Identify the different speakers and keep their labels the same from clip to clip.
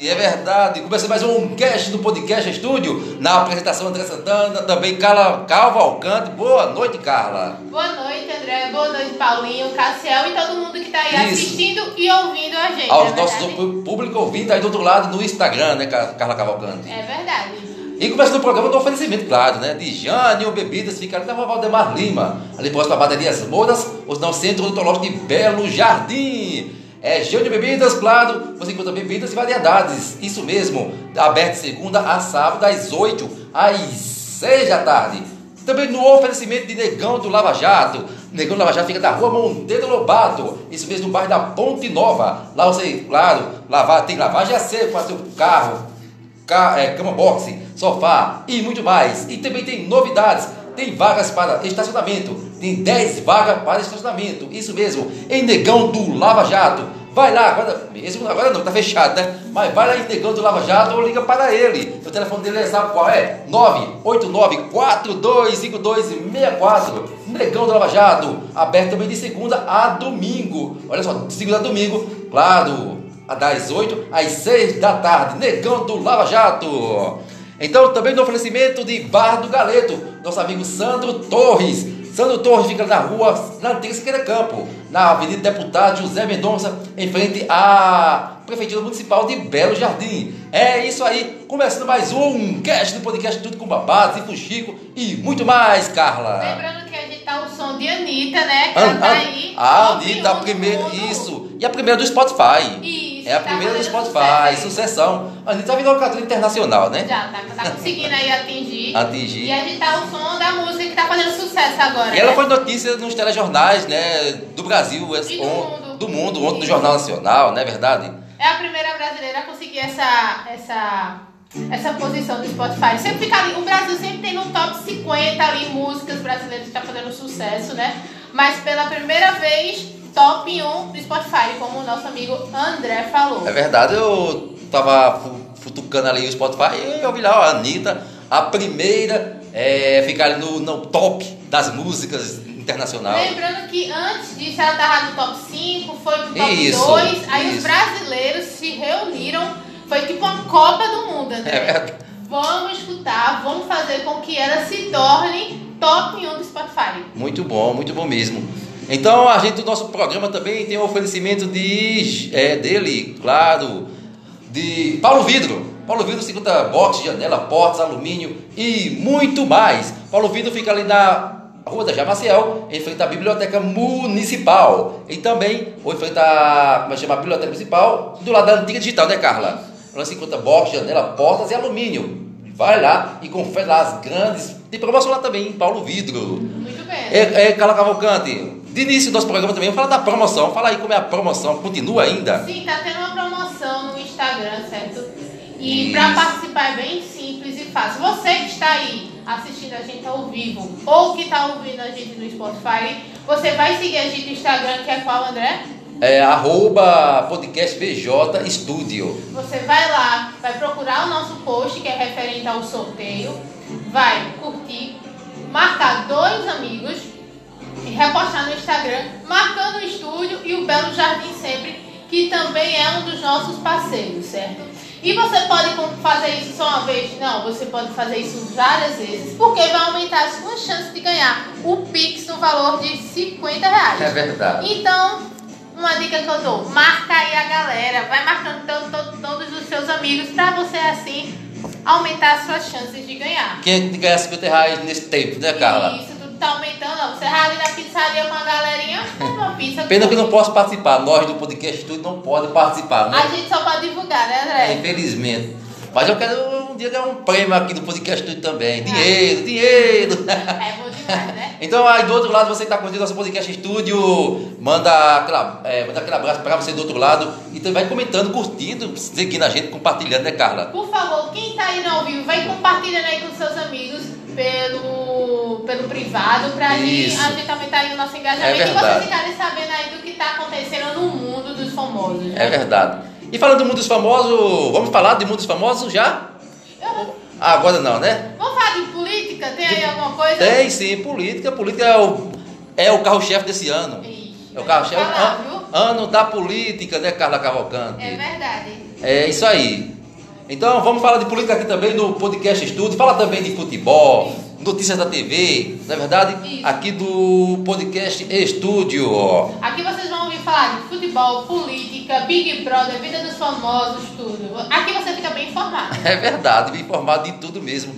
Speaker 1: E é verdade, começa mais um cast do Podcast Estúdio, na apresentação André Santana, também Carla Cavalcante. Boa noite, Carla.
Speaker 2: Boa noite, André. Boa noite, Paulinho, Cassiel e todo mundo que tá aí
Speaker 1: Isso.
Speaker 2: assistindo e ouvindo a gente.
Speaker 1: Aos
Speaker 2: é
Speaker 1: nossos
Speaker 2: verdade?
Speaker 1: pu- público ouvinte aí do outro lado no Instagram, né, Car- Carla Cavalcante?
Speaker 2: É verdade.
Speaker 1: E começa o programa do oferecimento, claro, né? De Jânio Bebidas, fica ali na Vovó Demar Lima, ali próximo à Badarias Mouras, ou não Centro Odontológico de Belo Jardim. É Jânio Bebidas, claro, você encontra bebidas e variedades, isso mesmo, aberto de segunda a sábado, das 8 às 6 da tarde. Também no oferecimento de Negão do Lava Jato. Negão do Lava Jato fica na rua Monteiro Lobato, isso mesmo, no bairro da Ponte Nova. Lá você, claro, lavar, tem lavagem a seco para seu carro, ca- é, cama boxe, sofá e muito mais. E também tem novidades. Tem vagas para estacionamento. Tem 10 vagas para estacionamento. Isso mesmo. Em Negão do Lava Jato. Vai lá, agora, mesmo agora não, tá fechado, né? Mas vai lá em Negão do Lava Jato ou liga para ele. O telefone dele é, sabe qual é? 989-425264. Negão do Lava Jato. Aberto também de segunda a domingo. Olha só, de segunda a domingo, claro das 8 às 6 da tarde, Negão do Lava Jato. Então, também no oferecimento de Bar do Galeto, nosso amigo Sandro Torres. Sandro Torres fica na rua, na antiga Siqueira Campo, na Avenida Deputado José Mendonça, em frente à Prefeitura Municipal de Belo Jardim. É isso aí, começando mais um cast do podcast Tudo com Babado, e Fuxico e muito mais, Carla.
Speaker 2: Lembrando que a gente tá o som de Anitta, né? Que
Speaker 1: An-
Speaker 2: ela tá
Speaker 1: an-
Speaker 2: aí.
Speaker 1: Ah. Ah,
Speaker 2: ouvindo
Speaker 1: Anitta, a primeira.
Speaker 2: tudo.
Speaker 1: Isso. E a primeira do Spotify.
Speaker 2: Isso,
Speaker 1: É a
Speaker 2: tá
Speaker 1: primeira do
Speaker 2: fazendo
Speaker 1: Spotify,
Speaker 2: sucesso.
Speaker 1: sucessão. A Anitta virou cantora é um internacional, né?
Speaker 2: Já, tá, tá conseguindo aí atingir.
Speaker 1: Atingir.
Speaker 2: E agitar o som da música que tá fazendo sucesso agora.
Speaker 1: E ela
Speaker 2: né?
Speaker 1: foi notícia nos telejornais, né? Do Brasil,
Speaker 2: E do
Speaker 1: on-
Speaker 2: mundo.
Speaker 1: do mundo, ontem no Jornal Nacional, não é verdade?
Speaker 2: É a primeira brasileira a conseguir essa, essa, essa posição do Spotify. Sempre fica ali, o Brasil sempre tem no top 50 ali músicas brasileiras que tá fazendo sucesso, né? Mas pela primeira vez, top 1 do Spotify, como o nosso amigo André falou.
Speaker 1: É verdade, eu tava fu- futucando ali o Spotify e eu vi lá ó, a Anitta, a primeira é, a ficar ali no, no top das músicas internacional.
Speaker 2: Lembrando que antes disso ela tava no top 5, foi pro top
Speaker 1: Isso,
Speaker 2: 2, aí
Speaker 1: isso.
Speaker 2: os brasileiros se reuniram, foi tipo uma Copa do Mundo, André.
Speaker 1: É verdade.
Speaker 2: Vamos escutar, vamos fazer com que ela se torne top 1 do Spotify.
Speaker 1: Muito bom, muito bom mesmo. Então a gente, o nosso programa também tem um oferecimento de é, dele, claro, de Paulo Vidro. Paulo Vidro, segunda box, janela, portas, alumínio e muito mais. Paulo Vidro fica ali na Rua da Jamaciel, em frente à Biblioteca Municipal. E também, ou em frente à como é que chama, Biblioteca Municipal, do lado da Antiga Digital, né, Carla? Lá se encontra box, janela, portas e alumínio. Vai lá e confere lá as grandes. Tem promoção lá também, em Paulo Vidro.
Speaker 2: Muito bem.
Speaker 1: É, é Carla Cavalcante, de início do nosso programa também, fala da promoção, fala aí como é a promoção, continua ainda.
Speaker 2: Sim, tá tendo uma promoção no Instagram, certo?
Speaker 1: Isso.
Speaker 2: E para participar é bem simples e fácil. Você que está aí assistindo a gente ao vivo ou que está ouvindo a gente no Spotify, você vai seguir a gente no Instagram, que é qual, André?
Speaker 1: É arroba podcast VJ Studio.
Speaker 2: Você vai lá, vai procurar o nosso post que é referente ao sorteio, vai curtir, marcar dois amigos e repostar no Instagram, marcando o estúdio e o Belo Jardim sempre, que também é um dos nossos parceiros, certo? E você pode com- fazer isso só uma vez? Não, você pode fazer isso várias vezes, porque vai aumentar a sua chance de ganhar o Pix no valor de 50 reais.
Speaker 1: É verdade.
Speaker 2: Então, uma dica que eu dou, marca aí a galera, vai marcando to- to- todos os seus amigos pra você assim aumentar as suas chances de ganhar.
Speaker 1: Quem é ganha 50 reais nesse tempo, né, Carla?
Speaker 2: Isso tudo tá aumentando, ó. Você vai ali na pizzaria com a galerinha, compra uma pizza.
Speaker 1: Pena que eu não posso participar, nós do podcast Studio não podemos participar,
Speaker 2: A
Speaker 1: né?
Speaker 2: gente só pode divulgar, né, André?
Speaker 1: Infelizmente. Mas eu quero um dia ganhar um prêmio aqui do podcast Studio também. Dinheiro, dinheiro!
Speaker 2: É bom demais, né?
Speaker 1: Então aí do outro lado você que está curtindo nosso podcast estúdio, manda, aquela- é, manda aquele abraço para você do outro lado e também vai comentando, curtindo, seguindo a gente, compartilhando, né Carla?
Speaker 2: Por favor, quem tá aí no ao vivo, vai compartilhando aí com seus amigos pelo, pelo privado, pra gente,
Speaker 1: Isso.
Speaker 2: a gente aumentar aí o nosso
Speaker 1: É
Speaker 2: engajamento e
Speaker 1: verdade.
Speaker 2: vocês ficarem sabendo aí do que tá acontecendo no mundo dos famosos. né?
Speaker 1: É verdade. E falando do mundo dos famosos, vamos falar de mundo dos famosos já?
Speaker 2: Eu-
Speaker 1: Ah, agora não, né?
Speaker 2: Vamos falar de política? Tem aí alguma coisa?
Speaker 1: Tem sim, política. Política é o, é o carro-chefe desse ano.
Speaker 2: Ixi,
Speaker 1: É o
Speaker 2: vai
Speaker 1: carro-chefe.
Speaker 2: falar,
Speaker 1: an-
Speaker 2: viu?
Speaker 1: ano da política, né, Carla Cavalcante?
Speaker 2: É verdade.
Speaker 1: É isso aí. Então vamos falar de política aqui também no podcast Estudo. Fala também de futebol, notícias da TV, na é verdade,
Speaker 2: Isso.
Speaker 1: aqui do podcast Estúdio.
Speaker 2: Aqui vocês vão ouvir falar de futebol, política, Big Brother, vida dos famosos, tudo. Aqui você fica bem informado.
Speaker 1: É verdade, bem informado de tudo mesmo.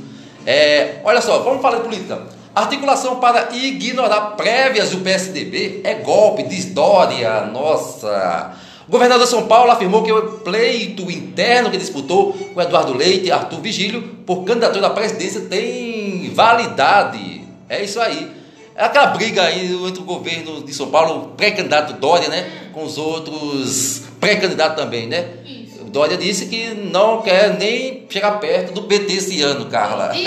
Speaker 1: É, olha só, vamos falar de política. Articulação para ignorar prévias do PSDB é golpe, diz Dória, nossa. O governador de São Paulo afirmou que o pleito interno que disputou com Eduardo Leite e Arthur Vigílio por candidatura à presidência tem validade. É isso aí. É aquela briga aí entre o governo de São Paulo, o pré-candidato Dória, né? Com os outros pré-candidatos também, né?
Speaker 2: Isso.
Speaker 1: O Dória disse que não quer nem chegar perto do PT esse ano, Carla.
Speaker 2: Ih,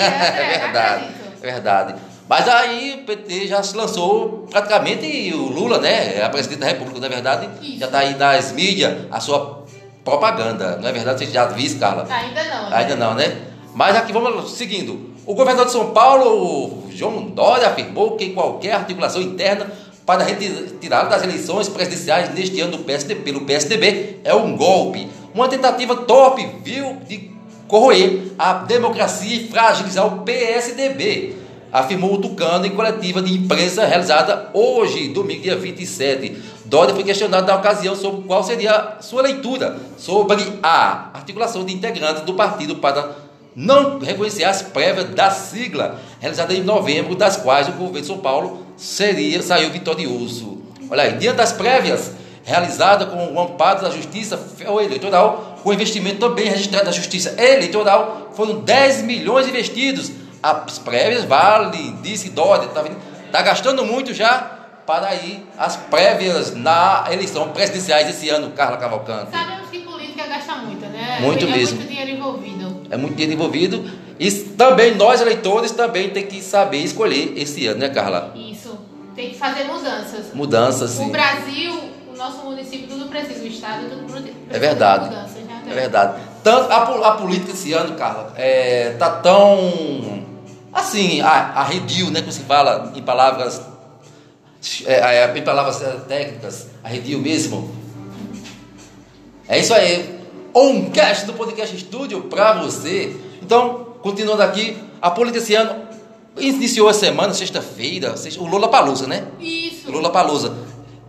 Speaker 2: é,
Speaker 1: é verdade.
Speaker 2: acredito.
Speaker 1: É verdade. Mas aí o PT já se lançou praticamente e o Lula, né? É a presidente da República, na verdade,
Speaker 2: Isso.
Speaker 1: já está aí nas mídias a sua propaganda. Não é verdade? Você já viu, Carla?
Speaker 2: Ainda não. né?
Speaker 1: Ainda não, né? Mas aqui vamos seguindo. O governador de São Paulo, o João Dória, afirmou que qualquer articulação interna para retirar das eleições presidenciais neste ano do PSDB, pelo PSDB é um golpe. Uma tentativa torpe, vil, de corroer a democracia e fragilizar o PSDB, afirmou o Tucano em coletiva de imprensa realizada hoje, domingo, dia 27. Dória foi questionado na ocasião sobre qual seria a sua leitura sobre a articulação de integrantes do partido para não reconhecer as prévias da sigla, realizada em novembro, das quais o governo de São Paulo seria, saiu vitorioso. Olha aí, diante das prévias, realizada com o amparo da Justiça Federal Eleitoral, com investimento também registrado na Justiça Eleitoral, foram 10 milhões investidos. As prévias vale, disse Dória, tá, vendo? Tá gastando muito já para ir às prévias na eleição presidenciais esse ano, Carla Cavalcante.
Speaker 2: Sabemos que política gasta muito, né?
Speaker 1: Muito
Speaker 2: é
Speaker 1: mesmo.
Speaker 2: muito dinheiro envolvido.
Speaker 1: É muito dinheiro envolvido. E também nós, eleitores, também tem que saber escolher esse ano, né, Carla?
Speaker 2: Isso. Tem que fazer mudanças.
Speaker 1: Mudanças,
Speaker 2: O
Speaker 1: sim.
Speaker 2: Brasil, o nosso município, tudo precisa. O Estado, tudo precisa
Speaker 1: É verdade.
Speaker 2: de mudanças, né?
Speaker 1: É verdade. Tanto a, po- a política esse ano, Carla, é, tá tão assim, a- arredio, né? Como se fala em palavras, é, é, em palavras é, técnicas, arredio mesmo. É isso aí. Oncast do Podcast Estúdio pra você. Então, continuando aqui, a política esse ano iniciou a semana, sexta-feira, sexta- o Lula Palusa, né?
Speaker 2: Isso.
Speaker 1: Lula Palusa.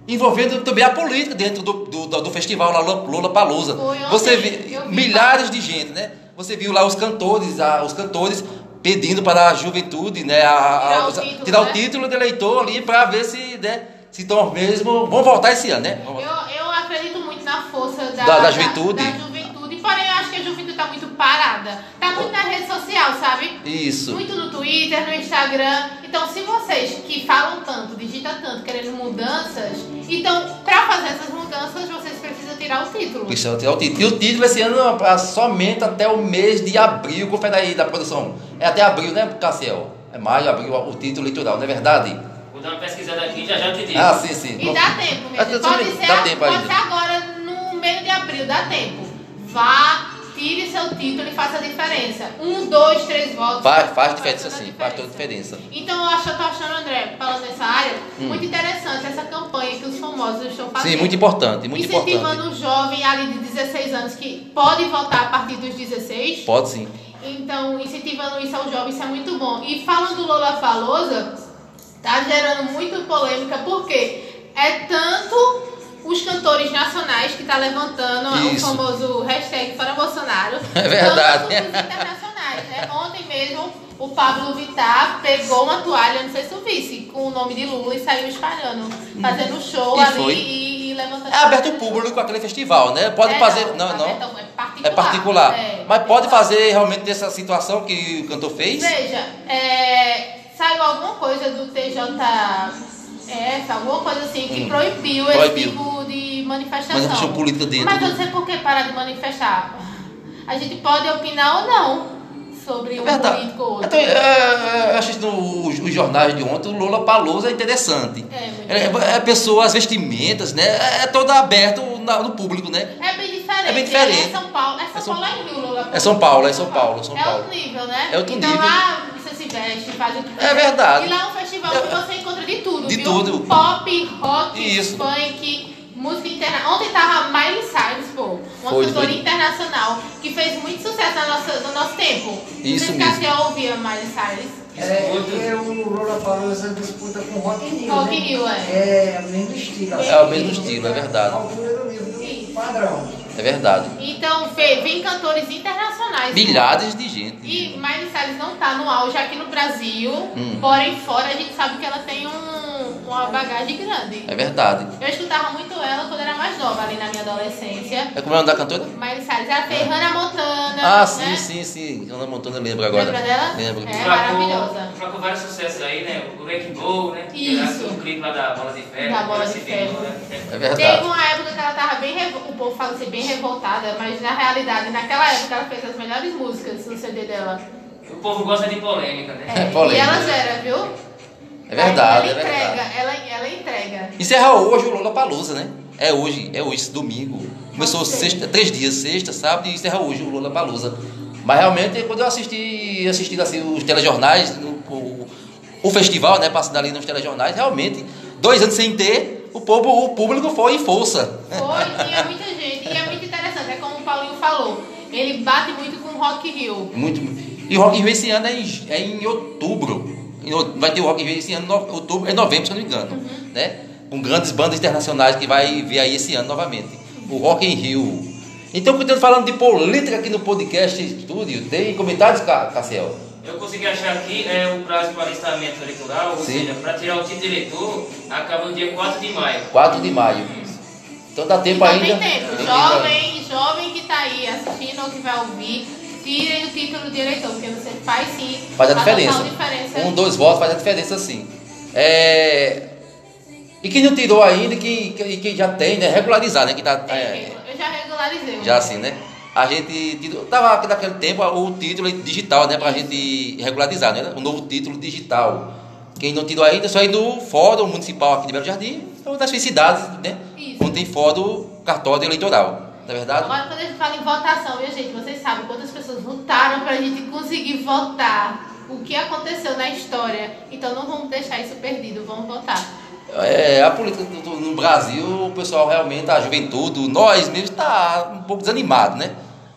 Speaker 1: Envolvendo também a política dentro do, do, do- do festival lá, Lula Palusa.
Speaker 2: Foi ontem,
Speaker 1: Você
Speaker 2: eu
Speaker 1: viu
Speaker 2: vi.
Speaker 1: milhares de gente, né? Você viu lá os cantores, a- os cantores pedindo para a juventude, né? a- a-
Speaker 2: Tirar o
Speaker 1: os-
Speaker 2: título,
Speaker 1: tirar
Speaker 2: né?
Speaker 1: o título de eleitor ali para ver se, né? Se estão mesmo. Vão voltar esse ano, né? Vão
Speaker 2: Eu,
Speaker 1: voltar.
Speaker 2: eu acredito muito na força da,
Speaker 1: Da- da juventude.
Speaker 2: da juventude, porém eu acho que a juventude tá muito parada. Tá muito na rede social, sabe?
Speaker 1: Isso.
Speaker 2: Muito no Twitter, no Instagram. Então, se vocês que falam tanto, digitam tanto, querendo mudanças, então, pra fazer essas mudanças, vocês precisam tirar o título.
Speaker 1: Cristiano tem o título. E o título esse ano ah, somente até o mês de abril. Confere aí da produção. É até abril, né, Cassiel? É maio, abril, o título eleitoral, não é verdade?
Speaker 3: Vou dar uma pesquisada aqui já já eu te digo.
Speaker 1: Ah, sim, sim.
Speaker 2: E dá tempo, minha
Speaker 1: Mas
Speaker 2: gente.
Speaker 1: tudo
Speaker 2: Pode,
Speaker 1: bem,
Speaker 2: ser,
Speaker 1: dá tempo
Speaker 2: pode
Speaker 1: ainda.
Speaker 2: ser agora, no meio de abril, dá tempo. Vá, tire seu título e faça a diferença. Um, dois, três votos.
Speaker 1: Faz, faz diferença,
Speaker 2: toda a
Speaker 1: sim. Faz toda a diferença. Hum.
Speaker 2: Então eu acho, eu tô achando, André, falando nessa área, muito interessante essa campanha que os famosos estão fazendo.
Speaker 1: Sim, muito importante, muito importante.
Speaker 2: Incentivando o jovem ali de 16 anos que pode votar a partir dos 16.
Speaker 1: Pode sim.
Speaker 2: Então, incentivando isso ao jovem, isso é muito bom. E falando do Lola Falosa, tá gerando muito polêmica, porque é tanto os cantores nacionais que tá levantando
Speaker 1: Isso.
Speaker 2: o famoso hashtag para Bolsonaro.
Speaker 1: É verdade.
Speaker 2: Quanto os internacionais, né? Ontem mesmo o Pablo Vittar pegou uma toalha, não sei se tu visse, com o nome de Lula e saiu espalhando, fazendo show
Speaker 1: Hum. E
Speaker 2: ali
Speaker 1: foi.
Speaker 2: e, e levantando.
Speaker 1: É aberto ao público aquele festival, né? Pode
Speaker 2: É,
Speaker 1: fazer. Não,
Speaker 2: aberto
Speaker 1: não.
Speaker 2: ao- É particular.
Speaker 1: É particular.
Speaker 2: É,
Speaker 1: Mas pode fazer realmente dessa situação que o cantor fez?
Speaker 2: Veja, é, saiu alguma coisa do TJF, alguma coisa assim, que
Speaker 1: Hum.
Speaker 2: proibiu, esse
Speaker 1: Proibiu.
Speaker 2: tipo de manifestação.
Speaker 1: Manifestação política dentro né?
Speaker 2: Mas eu
Speaker 1: do-
Speaker 2: não sei por que parar de manifestar. A gente pode opinar ou não sobre um
Speaker 1: É Verdade.
Speaker 2: político ou outro.
Speaker 1: Então, é, é, eu acho que no- os, os jornais de ontem, o Lula Palouza é interessante.
Speaker 2: É, muito
Speaker 1: É, é pessoas, vestimentas, né? É, é todo aberto na- no público, né?
Speaker 2: É bem diferente.
Speaker 1: É bem diferente.
Speaker 2: É São Paulo. É São,
Speaker 1: É São-
Speaker 2: Paulo é Lula. Lula.
Speaker 1: É São Paulo, é São Paulo, São
Speaker 2: É
Speaker 1: Paulo.
Speaker 2: outro nível, né?
Speaker 1: É outro
Speaker 2: então
Speaker 1: nível.
Speaker 2: lá você se veste, faz o que
Speaker 1: É verdade.
Speaker 2: E lá é um festival que você encontra de tudo,
Speaker 1: De
Speaker 2: viu?
Speaker 1: tudo.
Speaker 2: Pop, rock,
Speaker 1: Isso.
Speaker 2: funk, música internacional. Ontem tava a Miley Cyrus, pô. Uma
Speaker 1: Foi,
Speaker 2: cantora
Speaker 1: foi.
Speaker 2: internacional que fez muito sucesso faz na nossa, no nosso tempo.
Speaker 1: Isso
Speaker 2: Você
Speaker 1: mesmo.
Speaker 2: que já ouvia Miley Cyrus.
Speaker 4: É,
Speaker 3: Disputa.
Speaker 4: e o Lola Palusa disputa com o Rock in Rio.
Speaker 2: Rock
Speaker 4: né?
Speaker 2: in Rio,
Speaker 4: é. É o mesmo estilo.
Speaker 1: É o mesmo estilo, é verdade.
Speaker 4: A altura do livro,
Speaker 2: Sim.
Speaker 4: do padrão.
Speaker 1: É verdade.
Speaker 2: Então, Fê, vem cantores internacionais.
Speaker 1: Milhares de gente.
Speaker 2: E Miley Cyrus não tá no auge aqui no Brasil,
Speaker 1: Hum.
Speaker 2: porém fora a gente sabe que ela tem um- uma bagagem grande.
Speaker 1: É verdade.
Speaker 2: Eu escutava muito ela quando era mais nova, ali na minha adolescência.
Speaker 1: É como é o nome da cantora?
Speaker 2: Miley Cyrus, ela fez Hannah Montana,
Speaker 1: É. Ah,
Speaker 2: né?
Speaker 1: sim, sim, sim. Ana Montana lembra agora.
Speaker 2: Lembra dela?
Speaker 1: Lembro.
Speaker 2: É maravilhosa.
Speaker 3: Trocou vários sucessos aí, né? O Wrecking Ball, né?
Speaker 2: Isso.
Speaker 3: O clipe lá da Bola de Ferro.
Speaker 2: Da Bola
Speaker 3: que
Speaker 2: de
Speaker 3: se virou,
Speaker 2: Ferro.
Speaker 3: né?
Speaker 1: É
Speaker 2: Teve
Speaker 1: verdade.
Speaker 2: uma época que ela tava bem revoltada, o povo fala assim, bem revoltada, mas na realidade, naquela época ela fez as melhores músicas no CD dela.
Speaker 3: O povo gosta de polêmica, né?
Speaker 1: É, polêmica.
Speaker 2: E ela zera, viu?
Speaker 1: É verdade,
Speaker 2: Ela
Speaker 1: é
Speaker 2: entrega,
Speaker 1: verdade.
Speaker 2: Ela, ela entrega.
Speaker 1: Encerra hoje o Lola Palusa, né? É hoje, é hoje, esse domingo. Começou
Speaker 2: Pode ser.
Speaker 1: sexta, três dias, sexta, sábado e encerra hoje o Lola Palusa. Mas realmente, quando eu assisti, assistindo assim, os telejornais, o, o, o festival, né? Passando ali nos telejornais, realmente, dois anos sem ter, o, povo, o público foi em força.
Speaker 2: Foi, tinha muita gente. E é muito interessante, é como o Paulinho falou. Ele bate muito com o Rock in Rio.
Speaker 1: Muito. E o Rock in Rio esse ano é em, é em outubro. Em out- Vai ter o Rock in Rio esse ano, no- outubro, é novembro, se eu não me engano.
Speaker 2: Uhum.
Speaker 1: Né? Com grandes bandas internacionais que vai vir aí esse ano novamente. O Rock in Rio. Então, continuando falando de política aqui no podcast estúdio, tem comentários, Ca- Cassiel?
Speaker 3: Eu consegui achar aqui é, o prazo para alistamento eleitoral, ou
Speaker 1: Sim.
Speaker 3: seja, para tirar o título de eleitor, acaba no dia 4 de maio.
Speaker 1: 4 de maio. Então dá tempo
Speaker 2: Então
Speaker 1: ainda.
Speaker 2: tem tempo.
Speaker 1: ainda.
Speaker 2: Jovem, jovem que tá aí assistindo ou que vai ouvir, tirem o título de eleitor, porque você faz sim.
Speaker 1: Faz a
Speaker 2: total
Speaker 1: diferença.
Speaker 2: diferença.
Speaker 1: Um, dois votos faz a diferença sim. É... E quem não tirou ainda, quem, quem quem já tem, né? Regularizar, né? Que tá, é,
Speaker 2: Eu já regularizei.
Speaker 1: Já assim, né? A gente tirou- tava aqui naquele tempo o título digital, né? Pra gente regularizar, né? O novo título digital. Quem não tirou ainda, é só ir no fórum municipal aqui de Belo Jardim, é ou nas suas cidades, né?
Speaker 2: Isso.
Speaker 1: Onde tem fórum cartório eleitoral, não é verdade?
Speaker 2: Agora, quando a gente fala em votação, minha gente, vocês sabem quantas pessoas lutaram pra gente conseguir votar. O que aconteceu na história. Então não vamos deixar isso perdido, vamos votar.
Speaker 1: É, a política do- do- no Brasil, o pessoal realmente, a juventude, nós mesmos, tá um pouco desanimado, né?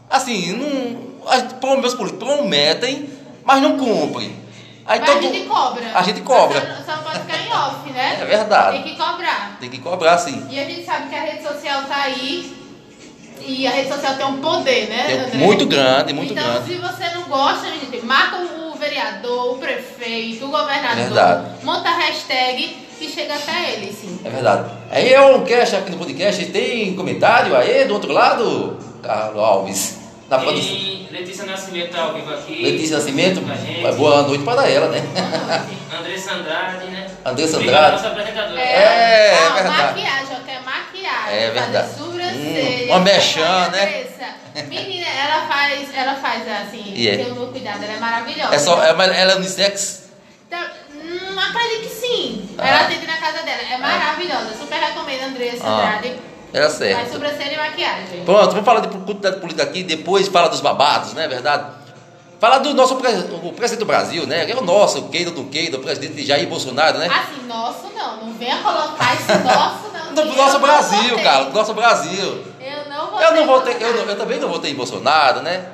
Speaker 1: Assim, não, a gente, pelo menos os políticos prometem, mas não cumprem. Aí
Speaker 2: Mas a
Speaker 1: todo-
Speaker 2: gente cobra.
Speaker 1: A gente cobra.
Speaker 2: Só, só pode ficar em off, né?
Speaker 1: É verdade.
Speaker 2: Tem que cobrar.
Speaker 1: Tem que cobrar, sim.
Speaker 2: E a gente sabe que a rede social tá aí. E a rede social tem um poder, né?
Speaker 1: Tem um-
Speaker 2: André?
Speaker 1: muito grande, muito
Speaker 2: então,
Speaker 1: grande.
Speaker 2: se você não gosta, minha gente, marca o vereador, o prefeito, o governador.
Speaker 1: É Verdade.
Speaker 2: Monta a hashtag e chega até ele, sim.
Speaker 1: É verdade. Aí é um cast aqui no podcast. Tem comentário aí do outro lado? Carlos Alves. Na produção.
Speaker 3: Tem Letícia Nascimento tá ao vivo aqui.
Speaker 1: Tá Letícia Nascimento.
Speaker 3: Com a gente.
Speaker 1: Boa noite para ela, né?
Speaker 3: Andressa Andrade, né?
Speaker 1: Andressa
Speaker 3: Obrigado,
Speaker 1: Andrade.
Speaker 3: nossa apresentadora.
Speaker 1: É,
Speaker 2: ó,
Speaker 1: é verdade.
Speaker 2: Maquiagem, ó, quer maquiagem.
Speaker 1: É verdade.
Speaker 2: Fazer sobrancelha.
Speaker 1: Hum, uma mexã, né?
Speaker 2: cabeça. Menina, ela faz, ela faz assim,
Speaker 1: E é.
Speaker 2: tem o meu cuidado, ela é maravilhosa.
Speaker 1: É só, é, mas ela é unissex?
Speaker 2: Então, hum, acredito que sim.
Speaker 1: Ah.
Speaker 2: Ela atende na casa dela, é maravilhosa. Super recomendo, Andressa
Speaker 1: Ah,
Speaker 2: Andrade.
Speaker 1: é
Speaker 2: Faz
Speaker 1: certo.
Speaker 2: sobrancelha e maquiagem.
Speaker 1: Pronto, vamos falar de quantidade política aqui. Depois fala dos babados, né? Verdade? Falar do nosso pre- o presidente do Brasil, né? Que é o nosso, queira ou não queira, o presidente Jair Bolsonaro, né?
Speaker 2: Assim, nosso não, não venha colocar esse nosso não.
Speaker 1: Do
Speaker 2: que
Speaker 1: nosso
Speaker 2: Ah, eu não
Speaker 1: Brasil,
Speaker 2: votei.
Speaker 1: cara. Do nosso Brasil.
Speaker 2: Eu não votei.
Speaker 1: Eu não votei,
Speaker 2: em
Speaker 1: eu, não- eu também não votei em Bolsonaro, né?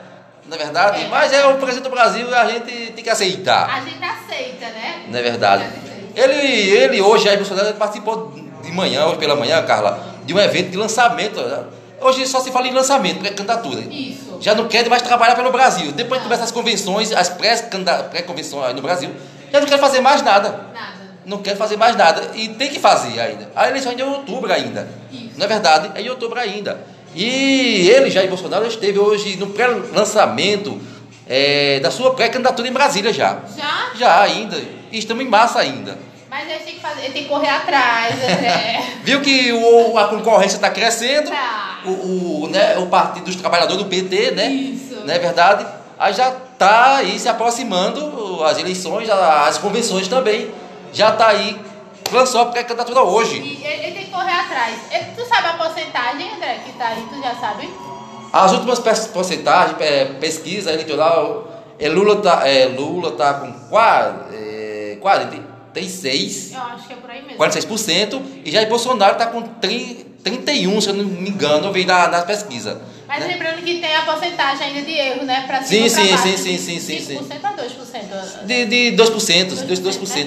Speaker 1: Na verdade, mas é o presidente do Brasil e a gente tem que aceitar,
Speaker 2: A gente aceita, né?
Speaker 1: não é verdade? Ele, ele hoje, Jair Bolsonaro, ele participou de manhã, hoje pela manhã, Carla, de um evento de lançamento. né? Hoje só se fala em lançamento, pré-candidatura.
Speaker 2: Isso.
Speaker 1: Já não querem mais trabalhar pelo Brasil. Depois que começam as convenções, as pré-canda- pré-convenções aí no Brasil, já não querem fazer mais nada
Speaker 2: Nada.
Speaker 1: não quer fazer mais nada e tem que fazer ainda. A eleição ainda é em outubro ainda.
Speaker 2: Isso.
Speaker 1: Não é verdade? É em outubro ainda. E ele, Jair Bolsonaro, esteve hoje no pré-lançamento eh, da sua pré-candidatura em Brasília já.
Speaker 2: Já?
Speaker 1: Já ainda. E estamos em massa ainda.
Speaker 2: Mas ele tem que fazer, ele tem que correr atrás, André.
Speaker 1: Viu que o- a concorrência está crescendo.
Speaker 2: Tá.
Speaker 1: O, o, né, o Partido dos Trabalhadores, do PT, né?
Speaker 2: Isso.
Speaker 1: Não é verdade? Aí já está aí se aproximando as eleições, a- as convenções também. Já está aí. Lançou a pré-candidatura hoje.
Speaker 2: E ele, ele tem que correr atrás. Ele- tu sabe a porcentagem, André, que tá aí, tu já sabe?
Speaker 1: As últimas pes- porcentagens, pe- pesquisa eleitoral, é, Lula tá, é, Lula tá com qua- é, 46,
Speaker 2: Eu acho que é por aí mesmo.
Speaker 1: um, 46% e Jair Bolsonaro tá com 30, 31, se eu não me engano, eu vi na, na pesquisa.
Speaker 2: Mas
Speaker 1: né?
Speaker 2: lembrando que tem a porcentagem ainda de erro, né? Pra
Speaker 1: Sim,
Speaker 2: cima,
Speaker 1: sim,
Speaker 2: pra baixo.
Speaker 1: sim, sim, sim, sim, sim.
Speaker 2: 5% a 2%.
Speaker 1: De, de 2%, 2%,
Speaker 2: 2%,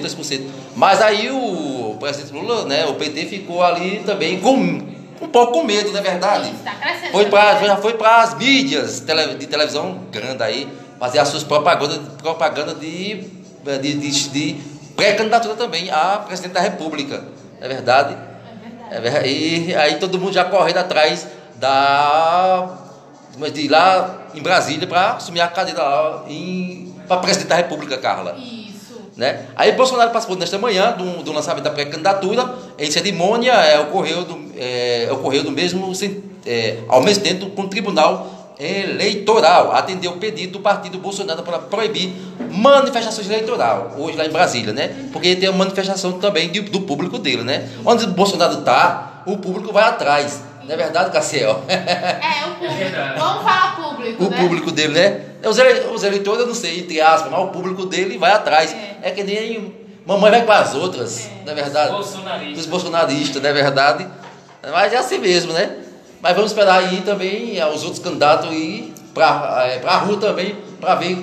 Speaker 1: 2%, 2%. Mas aí o presidente Lula, né, o PT ficou ali também com um pouco com medo, não é verdade?
Speaker 2: Isso, tá crescendo.
Speaker 1: Foi pra,
Speaker 2: também, né?
Speaker 1: já foi para as mídias tele- de televisão grande aí, fazer as suas propagandas propaganda de, eh, de, de- de pré-candidatura também a presidente da República, não é verdade?
Speaker 2: É verdade.
Speaker 1: É ver- E aí todo mundo já correndo atrás da. mas de ir lá em Brasília para assumir a cadeira lá em. para presidente da República, Carla.
Speaker 2: Isso.
Speaker 1: Né? Aí Bolsonaro participou nesta manhã do, do um lançamento da pré-candidatura. Em cerimônia é, ocorreu, do, é, ocorreu do mesmo, sen- é, ao mesmo tempo com o Tribunal Eleitoral. Atendeu o pedido do partido Bolsonaro para proibir manifestações eleitoral hoje lá em Brasília, né? Porque tem uma manifestação também de- do público dele, né? Onde o Bolsonaro está, o público vai atrás. Não é verdade, Cassiel?
Speaker 2: É, o público.
Speaker 3: É verdade.
Speaker 2: Vamos falar público,
Speaker 1: O
Speaker 2: né?
Speaker 1: público dele, né? Os, ele- os eleitores, eu não sei, entre aspas, mas o público dele vai atrás. É, que nem mamãe vai com as outras,
Speaker 2: É.
Speaker 1: não é verdade? Dos
Speaker 3: Bolsonarista.
Speaker 1: bolsonaristas, não é verdade? Mas é assim mesmo, né? Mas vamos esperar aí também eh, os outros candidatos ir para a rua também, para ver,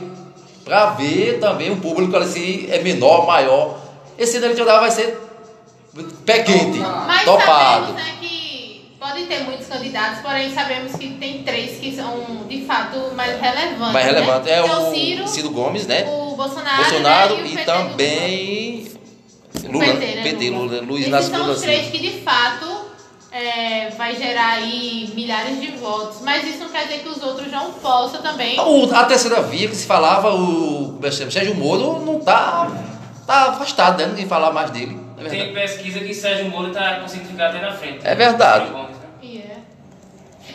Speaker 1: pra ver também o público ali se é menor, maior. Esse ano eleitoral vai ser pé quente,
Speaker 2: Mas
Speaker 1: topado.
Speaker 2: sabemos, né, que podem ter muitos candidatos, porém sabemos que tem três que são, de fato, mais relevantes.
Speaker 1: Mais relevante
Speaker 2: né?
Speaker 1: é
Speaker 2: Que
Speaker 1: o
Speaker 2: Ciro,
Speaker 1: Ciro Gomes, né?
Speaker 2: o Bolsonaro,
Speaker 1: Bolsonaro
Speaker 2: né,
Speaker 1: e,
Speaker 2: o PT
Speaker 1: também
Speaker 2: Lula.
Speaker 1: Lula,
Speaker 2: O PT, né,
Speaker 1: PT, Lula, Luiz
Speaker 2: Esses
Speaker 1: Inácio
Speaker 2: são
Speaker 1: Lula
Speaker 2: os
Speaker 1: Silva.
Speaker 2: três que, de fato, é, vai gerar aí milhares de votos. Mas isso não quer dizer que os outros não possam também.
Speaker 1: Então, O- A terceira via que se falava, o como é que chama? Sérgio Moro não tá, tá afastado, né? Ninguém falar mais dele. não É
Speaker 3: Tem
Speaker 1: verdade.
Speaker 3: pesquisa que Sérgio Moro tá conseguindo ficar até na frente.
Speaker 1: É verdade.
Speaker 3: Ciro Gomes, né?
Speaker 2: E é.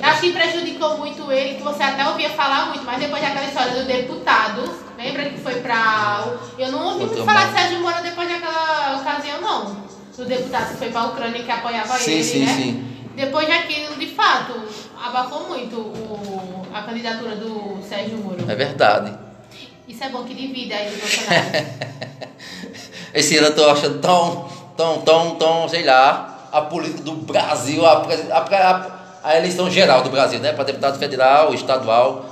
Speaker 2: Acho que prejudicou muito ele, que você até ouvia falar muito, mas depois daquela história do deputado, lembra que foi pra. Eu não ouvi muito
Speaker 1: Outra
Speaker 2: falar
Speaker 1: mão.
Speaker 2: de Sérgio Moro depois daquela ocasião, não. Do deputado que foi pra Ucrânia que apoiava
Speaker 1: Sim,
Speaker 2: ele,
Speaker 1: sim,
Speaker 2: né?
Speaker 1: sim.
Speaker 2: Depois daquilo, de fato, abafou muito o- a candidatura do Sérgio Moro.
Speaker 1: É verdade.
Speaker 2: Isso é bom que divide aí do Bolsonaro.
Speaker 1: Esse ano eu tô achando tão, tão, tão, tão, sei lá, a política do Brasil, a, pres- a, a, a eleição geral do Brasil, né? Para deputado federal, estadual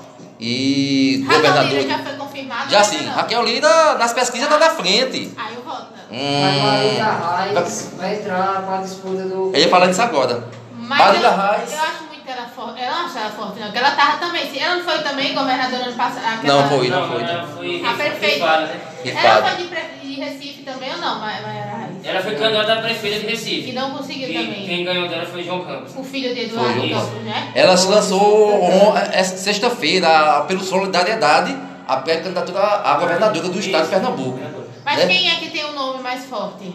Speaker 1: e
Speaker 2: Raquel
Speaker 1: governador.
Speaker 2: Lira já foi confirmado?
Speaker 1: Já
Speaker 2: né,
Speaker 1: sim,
Speaker 2: não?
Speaker 1: Raquel Lira nas pesquisas tá na frente.
Speaker 2: Aí eu voto. né?
Speaker 4: Mas Marília
Speaker 1: Hum,
Speaker 4: Reis vai entrar para a disputa do.
Speaker 1: eu ia falar disso agora.
Speaker 2: Mas
Speaker 1: Marília
Speaker 2: eu,
Speaker 1: Reis.
Speaker 2: eu acho muito ela forte. Ela não acha ela forte, não. Porque ela tava também. se Ela não foi também governadora ano passado. aquela-
Speaker 1: Não foi.
Speaker 3: Não,
Speaker 1: foi.
Speaker 3: ela foi.
Speaker 2: A prefeita.
Speaker 3: rifada, né?
Speaker 2: Ela
Speaker 1: Rifada.
Speaker 2: foi de, pre- de Recife também ou não, mas mas era Raiz?
Speaker 1: É.
Speaker 3: Ela foi candidata a prefeita de
Speaker 2: Que
Speaker 3: Recife.
Speaker 2: não conseguiu
Speaker 3: Quem,
Speaker 2: também.
Speaker 3: quem ganhou dela foi João Campos.
Speaker 2: O filho de
Speaker 1: Foi,
Speaker 2: Eduardo
Speaker 1: isso.
Speaker 2: Campos, né?
Speaker 1: Ela se lançou on- essa sexta-feira, pelo Solidariedade, a pré-candidatura à governadora do estado de Pernambuco.
Speaker 2: Mas
Speaker 1: né?
Speaker 2: quem é que tem o nome mais forte?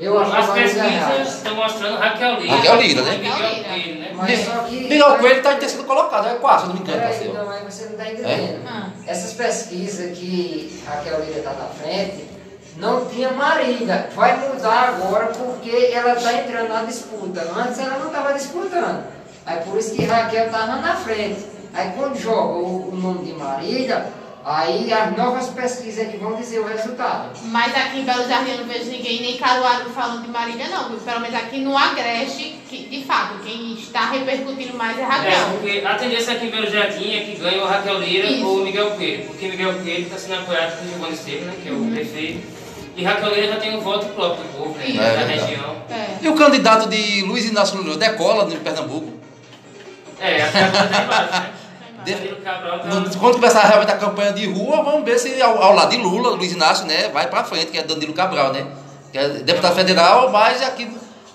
Speaker 4: Eu acho
Speaker 3: As
Speaker 4: que Marília
Speaker 3: pesquisas
Speaker 4: Reis.
Speaker 3: estão mostrando Raquel Lira.
Speaker 1: Raquel Lira, né?
Speaker 3: Miguel
Speaker 2: Raquel Lira.
Speaker 3: Coelho, né?
Speaker 4: Mas só que-
Speaker 1: Miguel Coelho está em terceiro colocado, é quase, se eu não me engano,
Speaker 4: Peraí,
Speaker 1: parceiro.
Speaker 4: não, aí você não
Speaker 1: É?
Speaker 4: está entendendo.
Speaker 2: Ah.
Speaker 4: Essas pesquisas que Raquel Lira está na frente, não tinha Marília. Vai mudar agora porque ela está entrando na disputa. Antes ela não estava disputando. Aí por isso que Raquel estava na frente. Aí quando joga o, o nome de Marília, aí as novas pesquisas que vão dizer o resultado.
Speaker 2: Mas aqui em Belo Jardim eu não vejo ninguém, nem Caruaru falando de Marília, não. viu? Pelo menos aqui no Agreste, que de fato, quem está repercutindo mais é
Speaker 3: É,
Speaker 2: Raquel.
Speaker 3: porque a tendência aqui em Belo Jardim é que ganhe o Raquel Lira
Speaker 2: Isso.
Speaker 3: ou o Miguel Coelho, porque Miguel Coelho está sendo apoiado por Giovanni Esteves, né, que é o prefeito, e Raquel Lira já tem um voto próprio do povo, né,
Speaker 2: Isso.
Speaker 3: da
Speaker 1: É verdade.
Speaker 3: região.
Speaker 2: É.
Speaker 1: E o candidato de Luiz Inácio Lula decola no Pernambuco.
Speaker 3: É, a Câmara está embaixo, né?
Speaker 1: De-
Speaker 3: Danilo Cabral tá-
Speaker 1: No- Quando começar realmente a campanha de rua, vamos ver se ao, ao lado de Lula, Luiz Inácio, né, vai para frente, que é Danilo Cabral, né? Que é deputado federal, mas aqui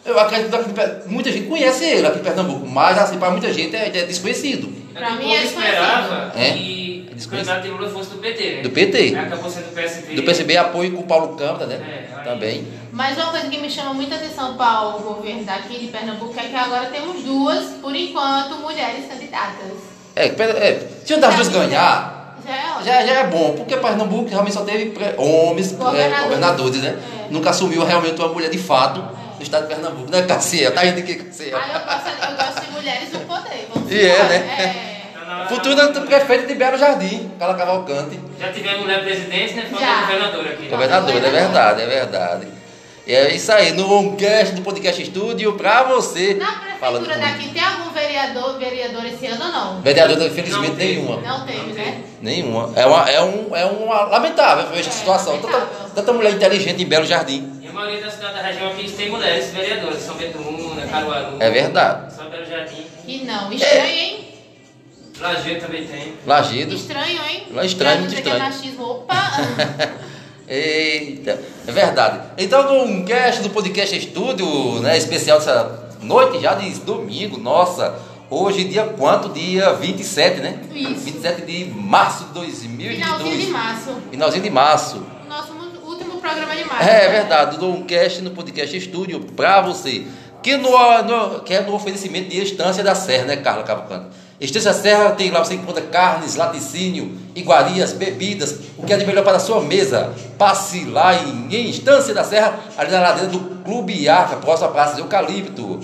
Speaker 1: eu acredito que muita gente conhece ele aqui em Pernambuco, mas assim, para muita gente é, é desconhecido.
Speaker 3: É
Speaker 2: Pra
Speaker 3: que o
Speaker 2: mim
Speaker 3: povo
Speaker 2: é
Speaker 3: esperava
Speaker 1: desconhecido.
Speaker 3: que
Speaker 1: É?
Speaker 3: o candidato de Lula fosse do PT, né?
Speaker 1: Do PT.
Speaker 3: Aí Acabou sendo do PSB.
Speaker 1: Do PCB apoio com o Paulo Câmara, né?
Speaker 3: É, aí-
Speaker 1: Também.
Speaker 2: Mas uma coisa que me chama muita atenção para o governo daqui de Pernambuco é que agora temos duas, por enquanto, mulheres candidatas.
Speaker 1: É, pera- é, se uma das duas ganhar,
Speaker 2: Já é ótimo.
Speaker 1: já, já é bom, porque Pernambuco realmente só teve pre- homens
Speaker 2: Governadores.
Speaker 1: pré- governadores, né?
Speaker 2: É.
Speaker 1: Nunca assumiu realmente uma mulher de fato no
Speaker 2: É.
Speaker 1: estado de Pernambuco, né, Cassia? Tá indo aqui, Cassia.
Speaker 2: Aí eu gosto, eu gosto de mulheres no poder. Vamos
Speaker 1: E é,
Speaker 2: embora. É.
Speaker 1: né?
Speaker 3: Tá na hora-
Speaker 1: Futura prefeita de Belo Jardim, Carla Cavalcante.
Speaker 3: Já tivemos mulher presidente, né? Falta
Speaker 2: Já.
Speaker 1: Tá
Speaker 3: governador aqui. né?
Speaker 1: Governadora, é verdade, é verdade. É isso aí, no Omcast, no Podcast Estúdio, pra você.
Speaker 2: Na
Speaker 1: Falando
Speaker 2: prefeitura
Speaker 1: com-
Speaker 2: daqui tem algum vereador, vereador esse ano ou não?
Speaker 1: Vereadora, infelizmente,
Speaker 3: Não tem.
Speaker 1: nenhuma.
Speaker 2: Não teve, né?
Speaker 1: Nenhuma. É uma, é um, é uma lamentável foi essa
Speaker 2: É,
Speaker 1: situação. Tanta,
Speaker 2: lamentável.
Speaker 1: tanta mulher inteligente em Belo Jardim.
Speaker 3: E a maioria das cidades da região aqui tem mulheres vereadoras, São Beduna, Caruaru.
Speaker 1: É verdade.
Speaker 3: São Belo Jardim.
Speaker 2: E
Speaker 1: É.
Speaker 2: não. Estranho, hein?
Speaker 3: Lajeiro também tem.
Speaker 1: Lagido.
Speaker 2: Estranho, hein?
Speaker 1: Lá é estranho,
Speaker 2: Já
Speaker 1: muito
Speaker 2: dizem que
Speaker 1: estranho.
Speaker 2: é machismo. Opa!
Speaker 1: Eita, é verdade. Então, no cast do Podcast Estúdio, né, especial dessa noite, já de domingo, nossa. Hoje, dia quanto? Dia 27, né?
Speaker 2: Isso.
Speaker 1: 27 de março de 2022.
Speaker 2: Finalzinho de março.
Speaker 1: Finalzinho de março.
Speaker 2: Nosso mu- último programa de março.
Speaker 1: É verdade, do Domcast no Podcast Estúdio pra você. Que, no, no- que é no oferecimento de Estância da Serra, né, Carla Cavalcante? Estância da Serra tem lá, você encontra carnes, laticínio, iguarias, bebidas, o que é de melhor para a sua mesa. Passe lá em, em Estância da Serra, ali na ladeira do Clube Arca, próxima à Praça de Eucalipto.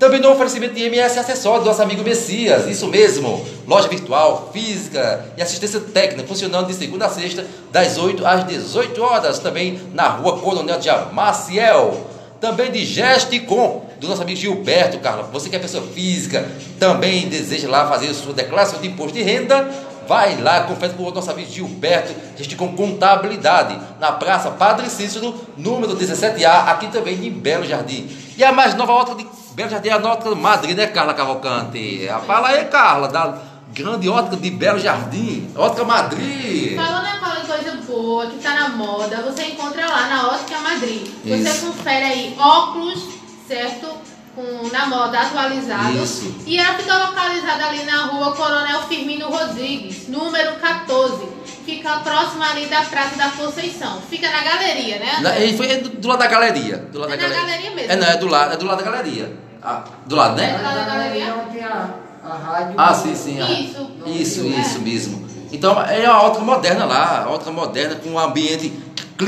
Speaker 1: Também no oferecimento de MS Acessórios, do nosso amigo Messias, isso mesmo. Loja virtual, física e assistência técnica, funcionando de segunda a sexta, das 8 às 18 horas, também na rua Coronel de Maciel. Também de Gesticom, do nosso amigo Gilberto, Carla. Você que é pessoa física, também deseja lá fazer sua declaração de imposto de renda, Vai lá, confere com o nosso amigo Gilberto, gente com contabilidade, na Praça Padre Cícero, número 17A, aqui também em Belo Jardim. E a mais nova ótica de Belo Jardim é a ótica Madrid, né, Carla Cavalcante? Ah, Fala aí, Carla, da grande ótica de Belo Jardim, ótica Madrid.
Speaker 2: Falando agora de coisa boa, que tá na moda, você encontra lá na Ótica Madrid.
Speaker 1: Isso.
Speaker 2: Você confere aí óculos, certo? Com, na moda, atualizado.
Speaker 1: Isso.
Speaker 2: E ela fica localizada ali na rua Coronel Firmino Rodrigues, número 14. Fica próxima ali da Praça da Conceição. Fica na galeria, né?
Speaker 1: Na-
Speaker 2: André?
Speaker 1: e foi do, do lado da galeria. Do lado
Speaker 2: É
Speaker 1: da
Speaker 2: na
Speaker 1: galeria.
Speaker 2: galeria mesmo.
Speaker 1: É, não, é do lado, é do lado da galeria. Ah, do lado, né?
Speaker 2: Lá Tá na galeria?
Speaker 4: Não tem a, a rádio.
Speaker 1: Ah, sim, sim. ah.
Speaker 2: Isso.
Speaker 1: Isso,
Speaker 2: É.
Speaker 1: isso mesmo. Então é uma ótica moderna lá, uma ótica moderna com um ambiente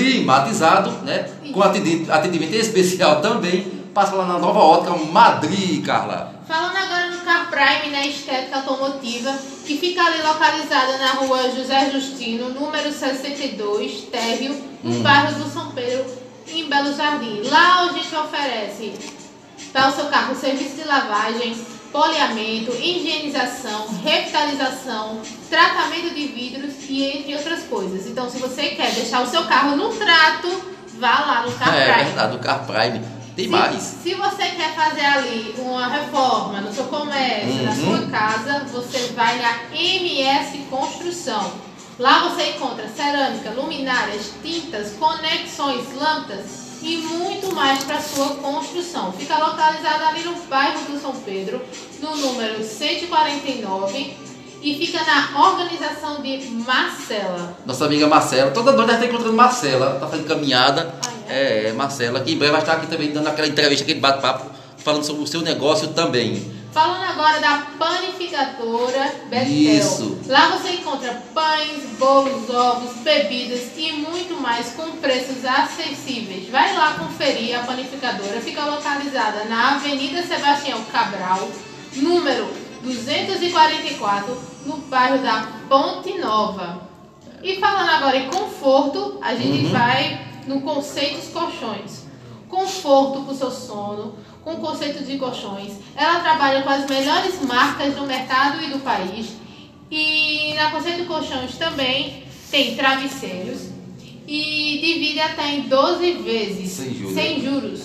Speaker 1: climatizado, né? Com atendi- atendimento especial também. Passa lá na nova ótica Madrid, Carla.
Speaker 2: Falando agora no Car Prime, né, estética automotiva, que fica ali localizada na rua José Justino, número 62, térreo, no
Speaker 1: Hum.
Speaker 2: bairro do São Pedro, em Belo Jardim. Lá a gente oferece para o seu carro serviço de lavagem, poleamento, higienização, revitalização, tratamento de vidros e entre outras coisas. Então, se você quer deixar o seu carro no trato, vá lá no Car
Speaker 1: é
Speaker 2: Prime.
Speaker 1: verdade, o Car Prime. Tem
Speaker 2: Se-
Speaker 1: mais.
Speaker 2: Se, você quer fazer ali uma reforma no seu comércio, na
Speaker 1: Uhum.
Speaker 2: sua casa, você vai na MS Construção. Lá você encontra cerâmica, luminárias, tintas, conexões, lâmpadas e muito mais para sua construção. Fica localizado ali no bairro do São Pedro, no número 149 e fica na organização de Marcela.
Speaker 1: Nossa amiga Marcela, toda noite ela está encontrando Marcela, tá fazendo caminhada.
Speaker 2: Ah,
Speaker 1: É, é, Marcela, que em breve vai estar aqui também dando aquela entrevista, aquele bate-papo, falando sobre o seu negócio também.
Speaker 2: Falando agora da panificadora Betel.
Speaker 1: Isso.
Speaker 2: Lá você encontra pães, bolos, ovos, bebidas e muito mais com preços acessíveis. Vai lá conferir a panificadora. Fica localizada na Avenida Sebastião Cabral, número 244, no bairro da Ponte Nova. E falando agora em conforto, a gente vai no conceito dos colchões. Conforto para o seu sono, com o conceito de colchões. Ela trabalha com as melhores marcas do mercado e do país. E na Conceito de Colchões também tem travesseiros. E divide até em 12 vezes.
Speaker 1: Sem juros.
Speaker 2: Sem juros.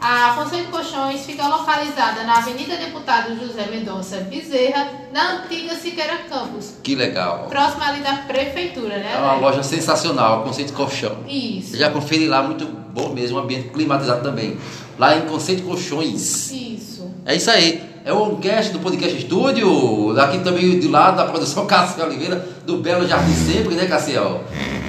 Speaker 2: A Conceito de Colchões fica localizada na Avenida Deputado José Mendonça Bezerra, na antiga Siqueira Campos,
Speaker 1: Que legal.
Speaker 2: próxima ali da prefeitura, né?
Speaker 1: É uma
Speaker 2: André?
Speaker 1: loja sensacional, Conceito Colchão. Você
Speaker 2: Isso.
Speaker 1: já confere lá, muito bom mesmo, um ambiente climatizado também. Lá em Conceito Colchões.
Speaker 2: Isso.
Speaker 1: É isso aí. É o Oncast do Podcast Estúdio, aqui também de lado da produção Cassiel Oliveira, do Belo Jardim Sempre, né, Cassiel?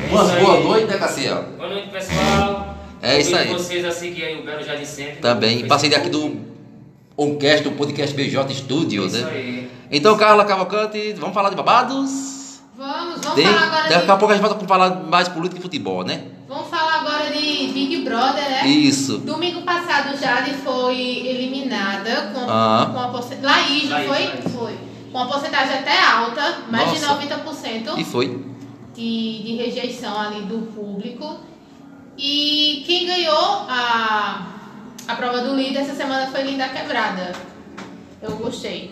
Speaker 1: Uma
Speaker 3: É isso aí.
Speaker 1: boa noite, né, Cassiel?
Speaker 3: Boa noite, pessoal.
Speaker 1: É isso aí.
Speaker 3: Convido vocês a seguir aí o Belo Jardim Sempre.
Speaker 1: Também,
Speaker 3: no
Speaker 1: parceria aqui
Speaker 3: Facebook.
Speaker 1: do Oncast, do Podcast BJ Studio,
Speaker 3: Isso
Speaker 1: né?
Speaker 3: aí.
Speaker 1: Então, Carla Cavalcante, vamos falar de babados?
Speaker 2: Vamos, vamos
Speaker 1: Tem-
Speaker 2: falar agora de.
Speaker 1: daqui a pouco a gente vai falar mais de política e futebol, né?
Speaker 2: Vamos falar agora de Big Brother, né?
Speaker 1: Isso.
Speaker 2: Domingo passado Jade foi eliminada com,
Speaker 1: Ah.
Speaker 2: com a porcentagem. Laís, não
Speaker 3: Laís,
Speaker 2: foi?
Speaker 3: Laís.
Speaker 2: Foi. Com uma porcentagem até alta, mais
Speaker 1: Nossa.
Speaker 2: de 90%
Speaker 1: E foi.
Speaker 2: de, de rejeição ali do público. E quem ganhou a, a prova do líder essa semana foi Linda Quebrada. Eu gostei.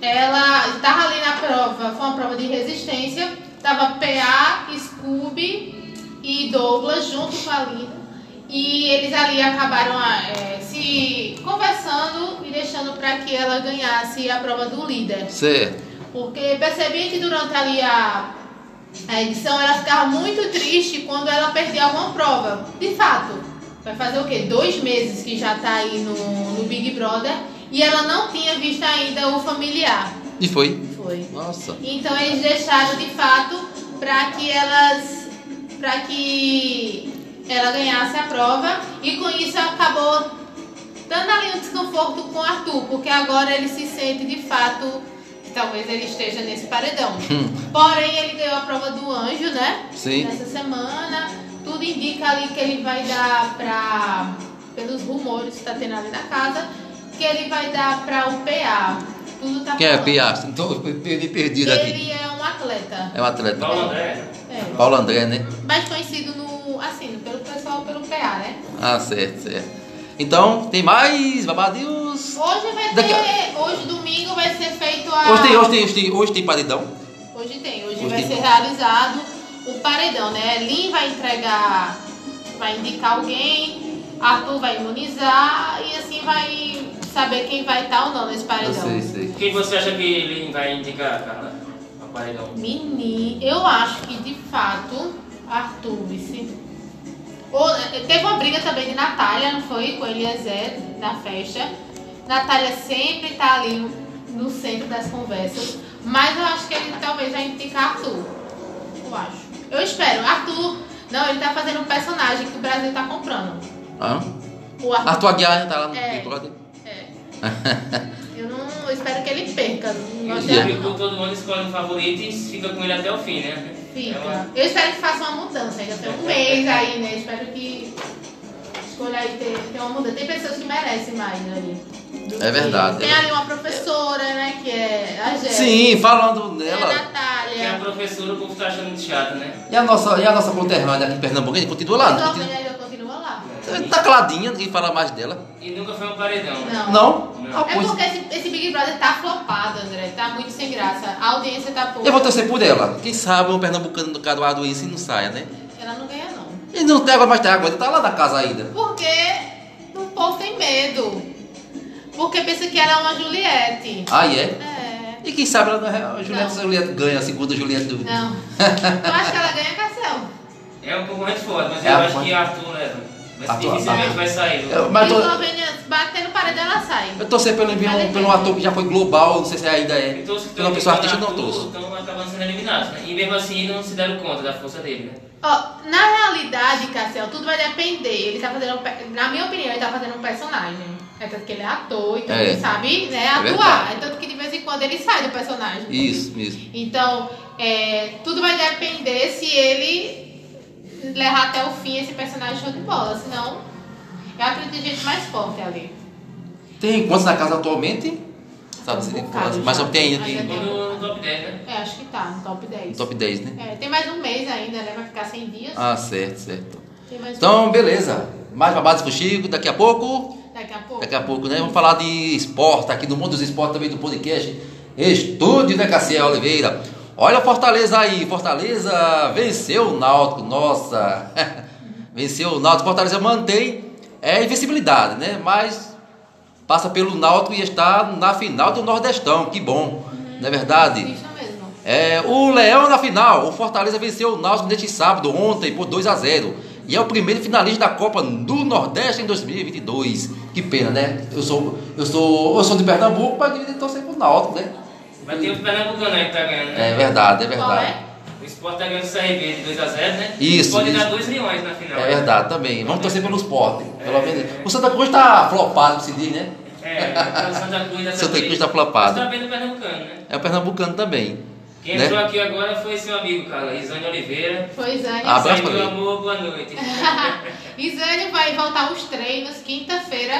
Speaker 2: Ela estava ali na prova, foi uma prova de resistência. Tava PA, Scooby e Douglas junto com a Linda. E eles ali acabaram eh, se conversando e deixando para que ela ganhasse a prova do líder.
Speaker 1: Certo.
Speaker 2: Porque percebi que durante ali a, a edição ela ficava muito triste quando ela perdia alguma prova. De fato, vai fazer o quê? Dois meses que já tá aí no, no Big Brother e ela não tinha visto ainda o familiar.
Speaker 1: E foi.
Speaker 2: Foi.
Speaker 1: Nossa.
Speaker 2: Então eles deixaram de fato para que elas para que ela ganhasse a prova e com isso acabou dando ali um desconforto com o Arthur, porque agora ele se sente de fato que talvez ele esteja nesse paredão. Porém, ele ganhou a prova do anjo, né?
Speaker 1: Hum. Sim.
Speaker 2: Nessa semana. Tudo indica ali que ele vai dar pra. Pelos rumores que tá tendo ali na casa, que ele vai dar pra o PA. Tudo tá
Speaker 1: Quem é
Speaker 2: falando.
Speaker 1: Piastri? Então, eu per- per- perdido aqui.
Speaker 2: Ele é um atleta.
Speaker 1: É um atleta.
Speaker 3: Paulo André.
Speaker 2: É.
Speaker 1: Paulo André, né?
Speaker 2: Mais conhecido no. assim, pelo pessoal pelo PA, né?
Speaker 1: Ah, certo, certo. Então, tem mais babadinhos?
Speaker 2: Hoje vai
Speaker 1: Daqui a-
Speaker 2: ter. Hoje domingo vai ser feito a.
Speaker 1: Hoje tem, hoje tem, hoje tem, hoje tem paredão.
Speaker 2: Hoje tem, hoje,
Speaker 1: Hoje
Speaker 2: vai
Speaker 1: tem.
Speaker 2: ser realizado o paredão, né? Lin vai entregar, vai indicar alguém, Arthur vai imunizar e assim vai saber quem vai estar ou não nesse
Speaker 1: Eu
Speaker 2: paredão.
Speaker 1: Ah, sei, sei.
Speaker 3: Quem você acha que ele vai indicar, Carla? Ao paredão.
Speaker 2: Menino, eu acho que de fato Arthur esse... Ou, teve uma briga também de Natália, não foi? Com Eliezer na festa. Natália sempre tá ali no centro das conversas. Mas eu acho que ele talvez vai indicar Arthur. Eu acho. Eu espero. Arthur. Não, ele tá fazendo um personagem que o Brasil tá comprando.
Speaker 1: Ah,
Speaker 2: O Arthur.
Speaker 1: Arthur Aguiar tá lá no
Speaker 2: É.
Speaker 1: Big Brother.
Speaker 2: É. eu não. Eu espero que ele perca. Não gosto
Speaker 1: Yeah.
Speaker 2: dele,
Speaker 3: Ele
Speaker 2: não.
Speaker 3: todo mundo escolhe um favorito e fica com ele até o fim, né? É uma-
Speaker 2: Fica. Eu espero que faça uma mudança. Ainda tem um mês aí, né? Espero que escolha aí ter, ter uma mudança. Tem pessoas que merecem mais ali. do
Speaker 1: É
Speaker 2: que-
Speaker 1: verdade,
Speaker 2: Tem
Speaker 1: é
Speaker 2: ali uma professora, né? Que é né? a Jéssica.
Speaker 1: Sim, falando
Speaker 2: Tem a
Speaker 1: nela.
Speaker 3: Porque a
Speaker 2: Natália.
Speaker 3: professora o povo tá achando muito chato, né?
Speaker 1: E a nossa, e a nossa conterrânea aqui em Pernambuco, ele continua lá? não
Speaker 2: Sua
Speaker 1: continua?
Speaker 2: filha ainda né, continua lá.
Speaker 1: Tá caladinha, ninguém fala mais dela.
Speaker 3: E nunca foi um paredão, né?
Speaker 2: Não.
Speaker 1: Não?
Speaker 3: Não.
Speaker 1: Ah,
Speaker 2: É
Speaker 1: pois.
Speaker 2: porque esse, esse Big Brother tá flopado, André. Tá muito sem graça. A audiência tá pouca.
Speaker 1: Eu vou torcer por ela. Quem sabe um pernambucano do Caruado isso e não saia, né?
Speaker 2: Ela não ganha, não.
Speaker 1: E não tem agora mais tem agora, tá lá na casa ainda.
Speaker 2: Porque o povo tem medo. Porque pensa que ela é uma Juliette.
Speaker 1: Ah, é?
Speaker 2: É.
Speaker 1: E quem sabe ela não é. A Juliette,
Speaker 2: Não.
Speaker 1: a Juliette ganha a segunda Juliette do.
Speaker 2: Não. Eu acho que ela ganha Cassel.
Speaker 3: É um pouco mais forte, mas
Speaker 1: É
Speaker 3: eu
Speaker 1: a
Speaker 3: acho
Speaker 1: fonte.
Speaker 3: que Arthur leva. Mas
Speaker 1: Arthur,
Speaker 3: dificilmente
Speaker 1: Arthur. É
Speaker 3: vai sair. viu?
Speaker 1: Eu-
Speaker 2: Mas
Speaker 1: mas
Speaker 2: tô...
Speaker 1: tô,
Speaker 2: Eslovênia batendo parede, ela sai.
Speaker 1: eu torcer pelo,
Speaker 2: é
Speaker 1: pelo, pelo ator que já foi global, não sei se ainda é.
Speaker 3: E todos Então, que
Speaker 1: Pela
Speaker 3: estão
Speaker 1: pessoa artística,
Speaker 3: indicando
Speaker 1: não
Speaker 3: Arthur
Speaker 1: torço.
Speaker 3: Estão acabando sendo eliminados, né? E mesmo assim não se deram conta da força dele, né?
Speaker 2: Ó, na realidade, Cassel, tudo vai depender. Ele tá fazendo, um pe- na minha opinião, ele tá fazendo um personagem. É tanto que ele é ator, então
Speaker 1: É.
Speaker 2: ele sabe né, atuar.
Speaker 1: verdade.
Speaker 2: É tanto que de vez em quando ele sai do personagem.
Speaker 1: Isso, mesmo.
Speaker 2: Então, é, tudo vai depender se ele levar até o fim esse personagem show de bola. Senão, eu acredito em gente mais forte ali.
Speaker 1: Tem quantos na casa atualmente? Sabe se
Speaker 2: Um
Speaker 1: tem
Speaker 2: bocado
Speaker 1: quantos?
Speaker 2: já. é
Speaker 1: Mas só tem,
Speaker 2: Ainda
Speaker 1: tem
Speaker 2: tem.
Speaker 3: Ficou no no top 10, né?
Speaker 2: É, acho que tá, no top 10.
Speaker 1: top 10, né?
Speaker 2: É, tem mais um mês ainda, né? Vai ficar 100 dias.
Speaker 1: Ah, certo, certo.
Speaker 2: Tem mais um
Speaker 1: Então, beleza. Mais babados pro Chico, daqui a pouco.
Speaker 2: Daqui a pouco.
Speaker 1: Daqui a pouco, né? Vamos falar de esporte aqui no mundo dos esportes também do podcast. Estúdio, né, Cassiel Oliveira? Olha o Fortaleza aí. Fortaleza venceu o Náutico. Nossa! venceu o Náutico. Fortaleza mantém é invencibilidade, né? Mas passa pelo Náutico e está na final do Nordestão. Que bom, não é verdade?
Speaker 2: Isso mesmo.
Speaker 1: É, o Leão na final. O Fortaleza venceu o Náutico neste sábado, ontem, por 2 a 0 E é o primeiro finalista da Copa do Nordeste em 2022. Que pena, né? Eu sou, eu sou, eu sou de Pernambuco, mas devia torcer pro Náutico, né?
Speaker 3: Vai ter o Pernambucano aí que tá ganhando, né?
Speaker 1: É verdade, é
Speaker 2: Qual
Speaker 1: verdade.
Speaker 2: é?
Speaker 3: O Sport tá ganhando o CRB de 2x0, né?
Speaker 1: Isso,
Speaker 3: Pode
Speaker 1: isso.
Speaker 3: dar 2 milhões na final. né?
Speaker 1: É verdade também. Vamos torcer pelo esporte. Pelo menos. O Santa Cruz tá flopado, que se diz, né?
Speaker 3: É, o Santa Cruz dessa
Speaker 1: Santa
Speaker 3: vez.
Speaker 1: Cruz tá flopado.
Speaker 3: Mas tá bem no Pernambucano, né?
Speaker 1: É o Pernambucano também.
Speaker 3: Quem entrou
Speaker 1: Né?
Speaker 3: aqui agora foi seu amigo, Carla, Isane Oliveira.
Speaker 2: Foi Isane.
Speaker 1: Ah, Abraço
Speaker 3: Sai,
Speaker 1: pra
Speaker 3: meu
Speaker 1: ele.
Speaker 3: amor, boa noite.
Speaker 2: Isane vai voltar aos treinos quinta-feira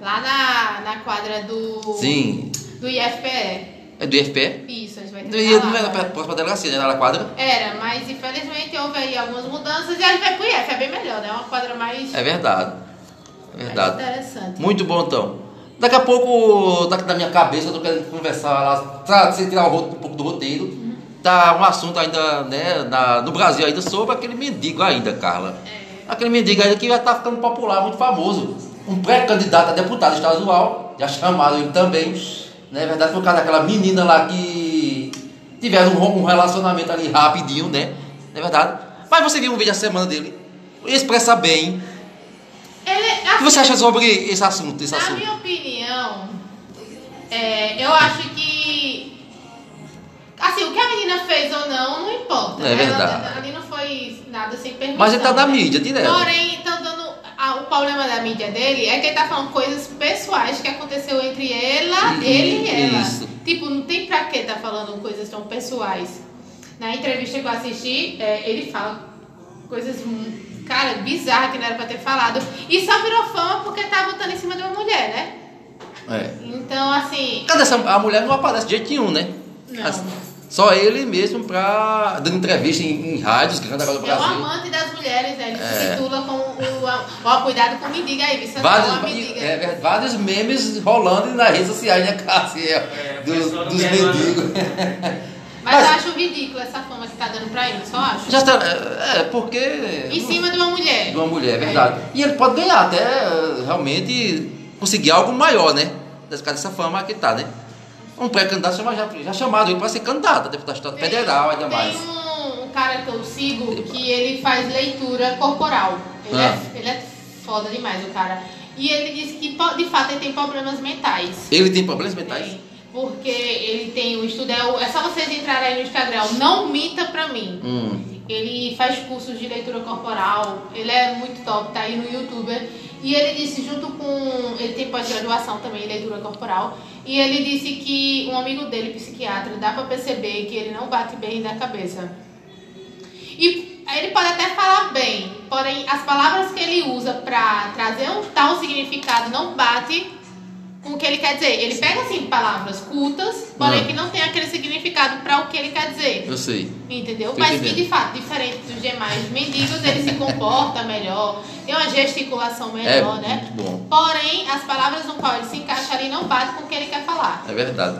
Speaker 2: lá na, na quadra do,
Speaker 1: Sim.
Speaker 2: do IFPE.
Speaker 1: É do IFPE?
Speaker 2: Isso, a gente vai ter
Speaker 1: Não
Speaker 2: que
Speaker 1: ia,
Speaker 2: falar
Speaker 1: não era
Speaker 2: agora.
Speaker 1: pra é próxima delegacia, né? Era na quadra.
Speaker 2: Era, mas infelizmente houve aí algumas mudanças e a gente vai pro IF, é bem melhor, né? É uma quadra mais,
Speaker 1: É verdade. É
Speaker 2: mais
Speaker 1: verdade.
Speaker 2: interessante.
Speaker 1: Muito bom, então. Daqui a pouco, daqui da minha cabeça, eu tô querendo conversar lá, tra- sem tirar o ro- um pouco do roteiro. Tá um assunto ainda, né, na- no Brasil ainda, sobre aquele mendigo ainda, Carla.
Speaker 2: É.
Speaker 1: Aquele mendigo ainda que já tá ficando popular, muito famoso. Um pré-candidato a deputado estadual, já chamaram ele também. Não é verdade, por causa daquela menina lá que tiveram um rom- um relacionamento ali rapidinho, né? Não é verdade? Mas você viu um vídeo a semana dele. Expressa bem.
Speaker 2: Ele,
Speaker 1: O que você
Speaker 2: assim,
Speaker 1: acha sobre esse assunto? Esse
Speaker 2: Na
Speaker 1: assunto?
Speaker 2: minha opinião, é, eu acho que. Assim, o que a menina fez ou não, não importa. né?
Speaker 1: É
Speaker 2: Ela-
Speaker 1: verdade.
Speaker 2: ali não foi nada sem permissão.
Speaker 1: Mas ele tá na
Speaker 2: né?
Speaker 1: mídia, direto.
Speaker 2: Porém, tá dando. ah, o problema da mídia dele é que ele tá falando coisas pessoais que aconteceu entre ela,
Speaker 1: Sim,
Speaker 2: ele e ela.
Speaker 1: Uhum, isso.
Speaker 2: Tipo, não tem pra que tá falando coisas tão pessoais. Na entrevista que eu assisti, é, ele fala coisas, hum, cara, bizarras que não era pra ter falado. E só virou fama porque tá botando em cima de uma mulher, né?
Speaker 1: É.
Speaker 2: Então, assim.
Speaker 1: Cadê essa, a mulher não aparece de jeito nenhum, né?
Speaker 2: Não.
Speaker 1: As- só ele mesmo pra dando entrevista em, em rádios, grandes agora do
Speaker 2: É o
Speaker 1: Brasil.
Speaker 2: amante das mulheres, né? Ele
Speaker 1: É.
Speaker 2: se titula como o. Ó, cuidado com me diga aí, Vicente.
Speaker 1: Vários,
Speaker 2: Ó, me diga.
Speaker 1: é verdade, vários memes rolando nas redes sociais, né, Cássia?
Speaker 3: É, o
Speaker 1: dos
Speaker 3: pessoal não
Speaker 1: dos
Speaker 3: quer nada.
Speaker 1: mendigos.
Speaker 2: Mas,
Speaker 1: Mas-
Speaker 2: eu acho ridículo essa fama que tá dando pra ele, só acho.
Speaker 1: Já está, é, é, porque.
Speaker 2: Em cima de uma mulher.
Speaker 1: de uma mulher, é verdade. E ele pode ganhar até eh, realmente conseguir algo maior, né? Por causa dessa fama que tá, né? Um pré-candidato chama- já, já chamado ele para ser candidato a deputado estadual
Speaker 2: Tem- um
Speaker 1: federal, ainda mais.
Speaker 2: Tem um, um cara que eu sigo que ele faz leitura corporal. Ele,
Speaker 1: Ah.
Speaker 2: é, ele é foda demais, o cara. E ele disse que, po- de fato, ele tem problemas mentais.
Speaker 1: Ele tem problemas mentais?
Speaker 2: Tem. Porque ele tem um estudo. É, o- é só vocês entrarem aí no Instagram. Não minta pra mim.
Speaker 1: Hum.
Speaker 2: Ele faz cursos de leitura corporal, ele é muito top, tá aí no youtuber. E ele disse, junto com. Ele tem pós-graduação também em leitura corporal. E ele disse que um amigo dele, psiquiatra, dá pra perceber que ele não bate bem da cabeça. E ele pode até falar bem, porém as palavras que ele usa pra trazer um tal significado não bate com o que ele quer dizer. Ele pega assim palavras cultas, porém
Speaker 1: Ah.
Speaker 2: que não tem aquele significado pra o que ele quer dizer.
Speaker 1: Eu sei.
Speaker 2: Entendeu?
Speaker 1: Tô
Speaker 2: Mas que
Speaker 1: entendendo.
Speaker 2: de fato, diferente dos demais mendigos, ele se comporta melhor, tem uma gesticulação
Speaker 1: É,
Speaker 2: melhor, né?
Speaker 1: muito bom.
Speaker 2: Porém, as palavras no qual ele se encaixa ali não batem com o que ele quer falar.
Speaker 1: É verdade.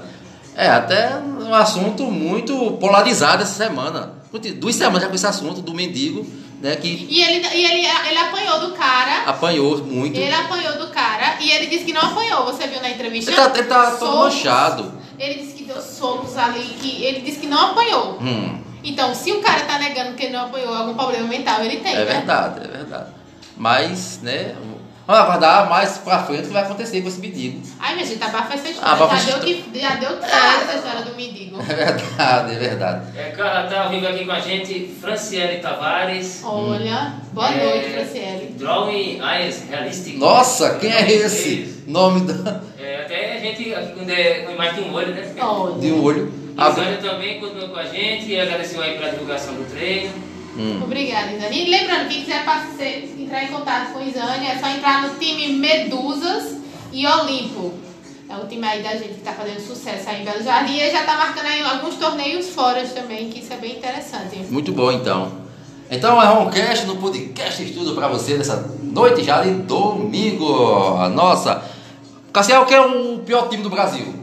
Speaker 1: É, até um assunto muito polarizado essa semana. Muito- Duas semanas já com esse assunto do mendigo, né? Que
Speaker 2: E ele, e ele, ele apanhou do cara,
Speaker 1: apanhou muito.
Speaker 2: ele
Speaker 1: Ele
Speaker 2: apanhou do cara e ele disse que não apanhou, você viu na entrevista?
Speaker 1: tá, ele tá todo
Speaker 2: Socos.
Speaker 1: manchado.
Speaker 2: Ele disse que deu socos ali, que ele disse que não apanhou.
Speaker 1: Hum.
Speaker 2: Então, se o cara tá negando que ele não apanhou, algum problema mental ele tem,
Speaker 1: É
Speaker 2: né?
Speaker 1: verdade, é verdade. Mas, né? Vamos aguardar mais pra frente o que vai acontecer com esse mendigo.
Speaker 2: Ai, minha gente, abafa essa história.
Speaker 1: Abafa
Speaker 2: já,
Speaker 1: essa
Speaker 2: deu que, já deu cara essa história do mendigo.
Speaker 1: É verdade, é verdade.
Speaker 3: É, Carla, tá ao vivo aqui com a gente, Franciele Tavares.
Speaker 2: Olha, boa
Speaker 3: É,
Speaker 2: noite, Franciele.
Speaker 3: Drawing Eyes Realistic.
Speaker 1: Nossa, quem é
Speaker 3: Drawing
Speaker 1: esse? Nome da-
Speaker 3: É, até a gente aqui com, de, com imagem de um olho, né?
Speaker 1: de
Speaker 2: Olha.
Speaker 1: um olho.
Speaker 3: A
Speaker 1: abre.
Speaker 3: Zânia também continua com a gente e agradeceu aí pela divulgação do treino.
Speaker 1: Hum.
Speaker 2: Obrigada, Isane. E lembrando, quem quiser passe- entrar em contato com Isane, é só entrar no time Medusas e Olimpo. É o time aí da gente que tá fazendo sucesso aí em Belo Jardim e já tá marcando aí alguns torneios fora também, que isso é bem interessante.
Speaker 1: Muito bom, então. Então é Roncast no podcast estudo para você nessa noite já de domingo. Nossa, Cassiel, quem é o pior time do Brasil?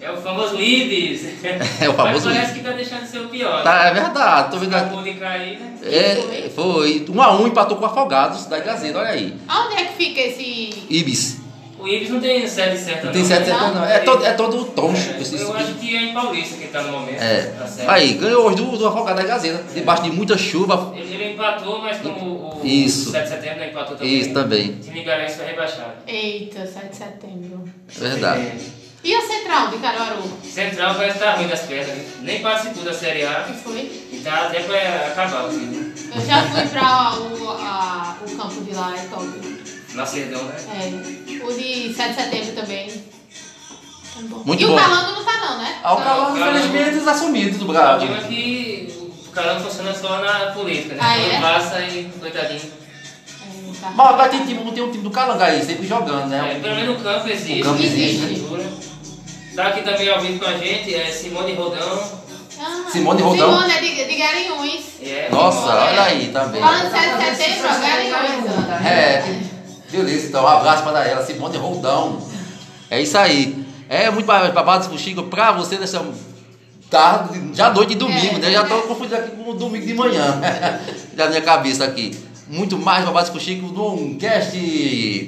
Speaker 3: É o famoso Ibis.
Speaker 1: É o famoso
Speaker 3: Mas parece
Speaker 1: Ibis.
Speaker 3: que tá deixando de ser o pior. né?
Speaker 1: Tá, é verdade, tô vendo
Speaker 3: Tá
Speaker 1: aqui.
Speaker 3: publicar aí, né?
Speaker 1: É, foi 1 a 1 empatou com o Afogados da Gazeta, olha aí.
Speaker 2: Aonde é que fica esse.
Speaker 1: Ibis.
Speaker 3: O Ibis não tem sede certa.
Speaker 1: Não tem certo, certo não. É todo, é todo toncho. esse-
Speaker 3: Eu acho que é em Paulista que tá no momento.
Speaker 1: É.
Speaker 3: Tá certo.
Speaker 1: Aí, ganhou hoje do, do Afogado da Gazeta, debaixo de muita chuva.
Speaker 3: Ele, ele empatou, mas como o, o
Speaker 1: Isso.
Speaker 3: 7 de setembro não empatou também.
Speaker 1: Isso também,
Speaker 3: O time Garanhas é foi rebaixado.
Speaker 2: Eita, 7 de setembro.
Speaker 1: é verdade.
Speaker 2: E o Central de Caruaru?
Speaker 3: É. Central parece estar ruim das pernas. Nem participou da Série A
Speaker 2: Que foi?
Speaker 3: e tá até pra acabar assim, o time.
Speaker 2: Eu já fui pra o, a- o campo de lá, é top.
Speaker 3: Macedão, né?
Speaker 2: É, o de 7 de setembro também. Tá bom.
Speaker 1: Muito
Speaker 2: e
Speaker 1: bom.
Speaker 2: o Calango não tá não, né?
Speaker 1: Ah, o Calão, infelizmente, desassumido do Brasil.
Speaker 3: Problema que o calão funciona só na política, né?
Speaker 2: Ah,
Speaker 3: Quando
Speaker 2: é?
Speaker 3: passa e coitadinho.
Speaker 2: É, tá.
Speaker 1: Mas vai ter tipo time, não tem um time do Calanga aí, sempre jogando,
Speaker 3: É,
Speaker 1: né?
Speaker 3: pelo menos o campo existe.
Speaker 1: O campo né?
Speaker 2: existe.
Speaker 3: Cultura. Tá aqui também ao vivo com a gente, é Simone Rodão.
Speaker 2: Ah,
Speaker 1: Simone Rodão.
Speaker 2: Simone é de, de Garanhuns.
Speaker 3: É,
Speaker 1: Nossa, olha aí tá também.
Speaker 2: Falando sério, setembro, ó, Garanhuns. ó.
Speaker 1: É, beleza, então, um abraço para ela, Simone Rondão. É isso aí. É muito babado com o Chico pra você nessa tarde, já noite de domingo,
Speaker 2: É,
Speaker 1: né? Já tô
Speaker 2: é.
Speaker 1: confundindo aqui com o domingo de manhã, da minha cabeça aqui. Muito mais babado com o Chico no cast.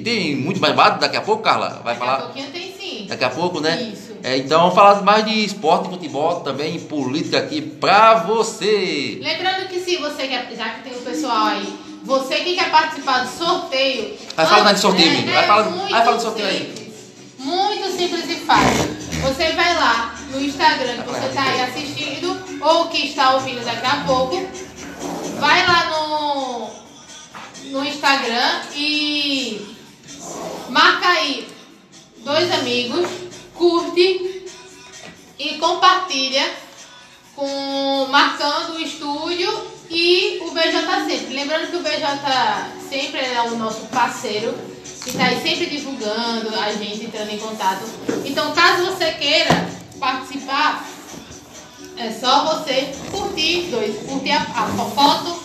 Speaker 1: Tem muito mais babado daqui a pouco, Carla? Vai
Speaker 2: Daqui a
Speaker 1: falar
Speaker 2: pouquinho tem sim.
Speaker 1: daqui a pouco, né?
Speaker 2: Isso.
Speaker 1: É, então, vamos falar mais de esporte, futebol, também política aqui pra você.
Speaker 2: Lembrando que se você quer, já que tem o pessoal aí, você que quer participar do sorteio.
Speaker 1: Vai falar
Speaker 2: antes,
Speaker 1: de sorteio,
Speaker 2: né,
Speaker 1: menino.
Speaker 2: é
Speaker 1: Vai falar- vai
Speaker 2: muito
Speaker 1: falar de sorteio aí.
Speaker 2: simples. Muito simples e fácil. Você vai lá no Instagram que você está aí assistindo ou que está ouvindo daqui a pouco. Vai lá no no Instagram e marca aí dois amigos, curte e compartilha com marcando o estúdio e o BJ sempre. Lembrando que o BJ sempre é o nosso parceiro que está aí sempre divulgando a gente entrando em contato. Então, caso você queira participar, é só você curtir dois, curtir a, a foto,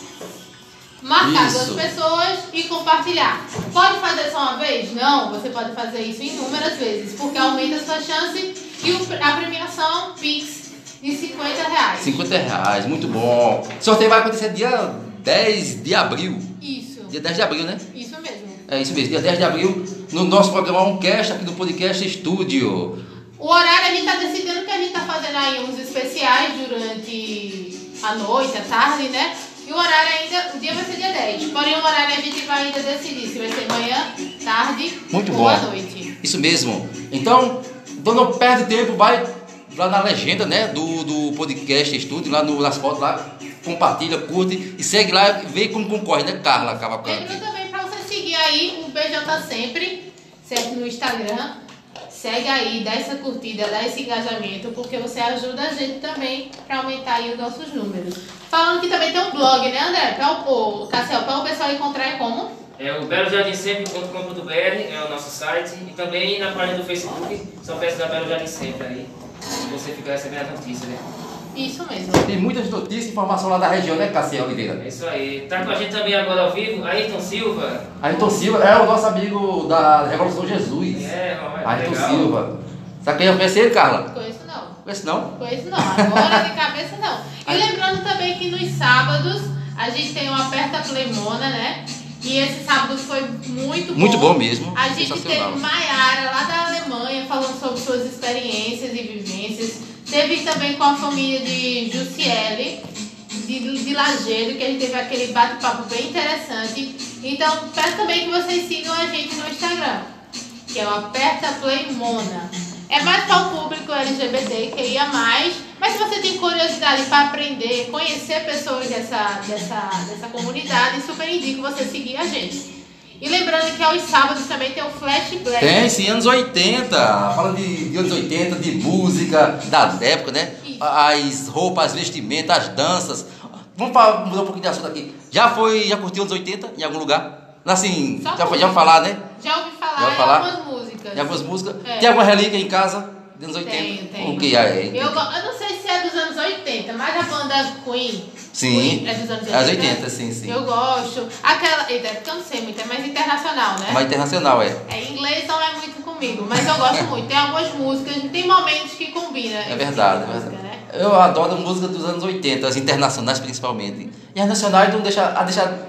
Speaker 2: marcar
Speaker 1: Isso.
Speaker 2: duas pessoas e compartilhar. Pode fazer só uma vez? Não, você pode fazer isso inúmeras vezes, porque aumenta a sua chance e o pre- a premiação Pix de 50 reais.
Speaker 1: 50 reais, muito bom. O sorteio vai acontecer dia 10 de abril.
Speaker 2: Isso,
Speaker 1: Dia 10 de abril, né?
Speaker 2: isso mesmo.
Speaker 1: É isso mesmo, dia 10 de abril, no nosso programa Oncast, aqui no Podcast Estúdio.
Speaker 2: O horário a gente tá decidindo que a gente tá fazendo aí uns especiais durante a noite, a tarde, né? E o horário ainda, o dia vai ser dia 10. Porém, o horário a gente vai ainda decidir se vai ser manhã, tarde
Speaker 1: Muito
Speaker 2: ou à
Speaker 1: bom.
Speaker 2: noite.
Speaker 1: Isso mesmo. Então, então não perde tempo, vai lá na legenda, né, do, do Podcast Estúdio, lá no, nas fotos lá, compartilha, curte e segue lá e vê como concorre, né, Carla
Speaker 2: Lembrando
Speaker 1: Cavalcante?
Speaker 2: também pra você seguir aí o BJ Sempre, certo? No Instagram. Segue aí, dá essa curtida, dá esse engajamento, porque você ajuda a gente também pra aumentar aí os nossos números. Falando que também tem um blog, né, André? Pra o, o Cassel, pra o pessoal encontrar é como?
Speaker 3: É o belojardimsempre.com.br, é o nosso site, e também na página do Facebook, só peça da Belo Jardim Sempre aí, você fica recebendo a notícia, né?
Speaker 2: Isso mesmo.
Speaker 1: Tem muitas notícias e informação lá da região, né, Cassiel Oliveira?
Speaker 3: É isso aí. Tá com a gente também agora ao vivo, Ayrton Silva.
Speaker 1: Ayrton Silva é o nosso amigo da Revolução Jesus.
Speaker 3: É, ó, é
Speaker 1: Ayrton
Speaker 3: legal.
Speaker 1: Silva. Sabe quem eu conheci ele, Carla?
Speaker 2: Conheço não.
Speaker 1: Conhece não?
Speaker 2: Conheço não. Agora de cabeça não. E lembrando também que nos sábados a gente tem uma aperta Clemona, né? E esse sábado foi muito bom.
Speaker 1: Muito bom mesmo.
Speaker 2: A gente
Speaker 1: sensacional.
Speaker 2: teve Maiara lá da Alemanha falando sobre suas experiências e vivências. Teve também com a família de Jussiele, de, de Lagedo, que a gente teve aquele bate-papo bem interessante. Então, peço também que vocês sigam a gente no Instagram, que é o Aperta Play Mona. É mais para o público LGBT que ia mais, mas se você tem curiosidade para aprender, conhecer pessoas dessa, dessa, dessa comunidade, super indico você seguir a gente. E lembrando que aos sábados também tem o Flash Black.
Speaker 1: Tem, sim, anos 80. Fala de, de anos 80, de música da época, né?
Speaker 2: Isso.
Speaker 1: As roupas, as vestimentas, as danças. Vamos falar, mudar um pouquinho de assunto aqui. Já foi, já curtiu anos 80 em algum lugar? Assim,
Speaker 2: Só
Speaker 1: já foi,
Speaker 2: música.
Speaker 1: já falar, né?
Speaker 2: Já ouvi falar,
Speaker 1: Já ouvi
Speaker 2: em
Speaker 1: falar?
Speaker 2: algumas músicas.
Speaker 1: Em algumas músicas.
Speaker 2: É.
Speaker 1: Tem alguma relíquia em casa? De anos 80?
Speaker 2: Tenho, tenho.
Speaker 1: O que é?
Speaker 2: Eu, né? go- eu não sei se é dos anos 80, mas a banda Queen.
Speaker 1: Sim.
Speaker 2: Queen é dos anos 80.
Speaker 1: É dos 80, sim, sim.
Speaker 2: Eu gosto. Aquela. Eita, é porque eu não sei muito, é mais internacional, né?
Speaker 1: Mas internacional, é.
Speaker 2: É, em inglês não é muito comigo, mas eu gosto muito. Tem algumas músicas, tem momentos que combinam.
Speaker 1: É verdade, é
Speaker 2: Música,
Speaker 1: verdade.
Speaker 2: né?
Speaker 1: Eu adoro a música dos anos 80, as internacionais principalmente. E as nacionais não deixa a, deixa,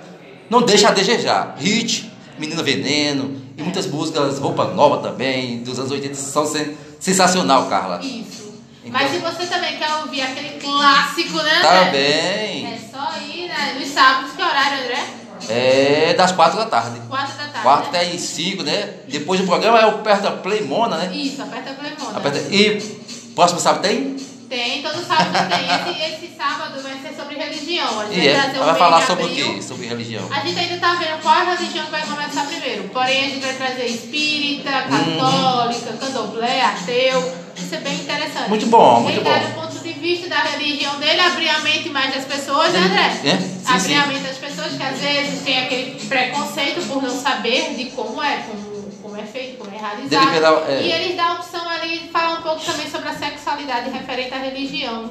Speaker 1: não deixa a desejar. Hit, Menino Veneno e muitas músicas, Roupa Nova também, dos anos 80, são sen- sensacional, Carla.
Speaker 2: Isso.
Speaker 1: Então-
Speaker 2: Mas se você também quer ouvir aquele clássico, né?
Speaker 1: Tá
Speaker 2: André? É
Speaker 1: Também.
Speaker 2: só ir, né? Nos sábados, que horário, André?
Speaker 1: É das quatro da tarde.
Speaker 2: Quatro da tarde.
Speaker 1: Quatro
Speaker 2: né?
Speaker 1: até em cinco, né? Depois do programa é o Perta Play Mona, né?
Speaker 2: Isso, aperta a Clemona.
Speaker 1: Aperta- E próximo sábado tem?
Speaker 2: Tem, todo sábado tem. Esse, esse sábado vai ser sobre religião. A gente
Speaker 1: E é,
Speaker 2: trazer um
Speaker 1: vai
Speaker 2: mês
Speaker 1: falar
Speaker 2: de
Speaker 1: sobre o
Speaker 2: abril.
Speaker 1: quê? Sobre religião.
Speaker 2: A gente ainda tá vendo qual a religião que vai começar primeiro. Porém, a gente vai trazer espírita,
Speaker 1: Hum.
Speaker 2: católica, candomblé, ateu. Isso é bem interessante.
Speaker 1: Muito bom, muito
Speaker 2: Quem dá
Speaker 1: bom.
Speaker 2: o ponto de vista da religião dele, abrir a mente mais das pessoas, né, André?
Speaker 1: É, sim,
Speaker 2: abrir
Speaker 1: sim.
Speaker 2: a mente das pessoas que às vezes tem aquele preconceito por não saber de como é, como, como é feito, como é realizado.
Speaker 1: Deliberar, é.
Speaker 2: E eles dão a opção ali de falar um pouco pouco também sobre a sexualidade referente à religião.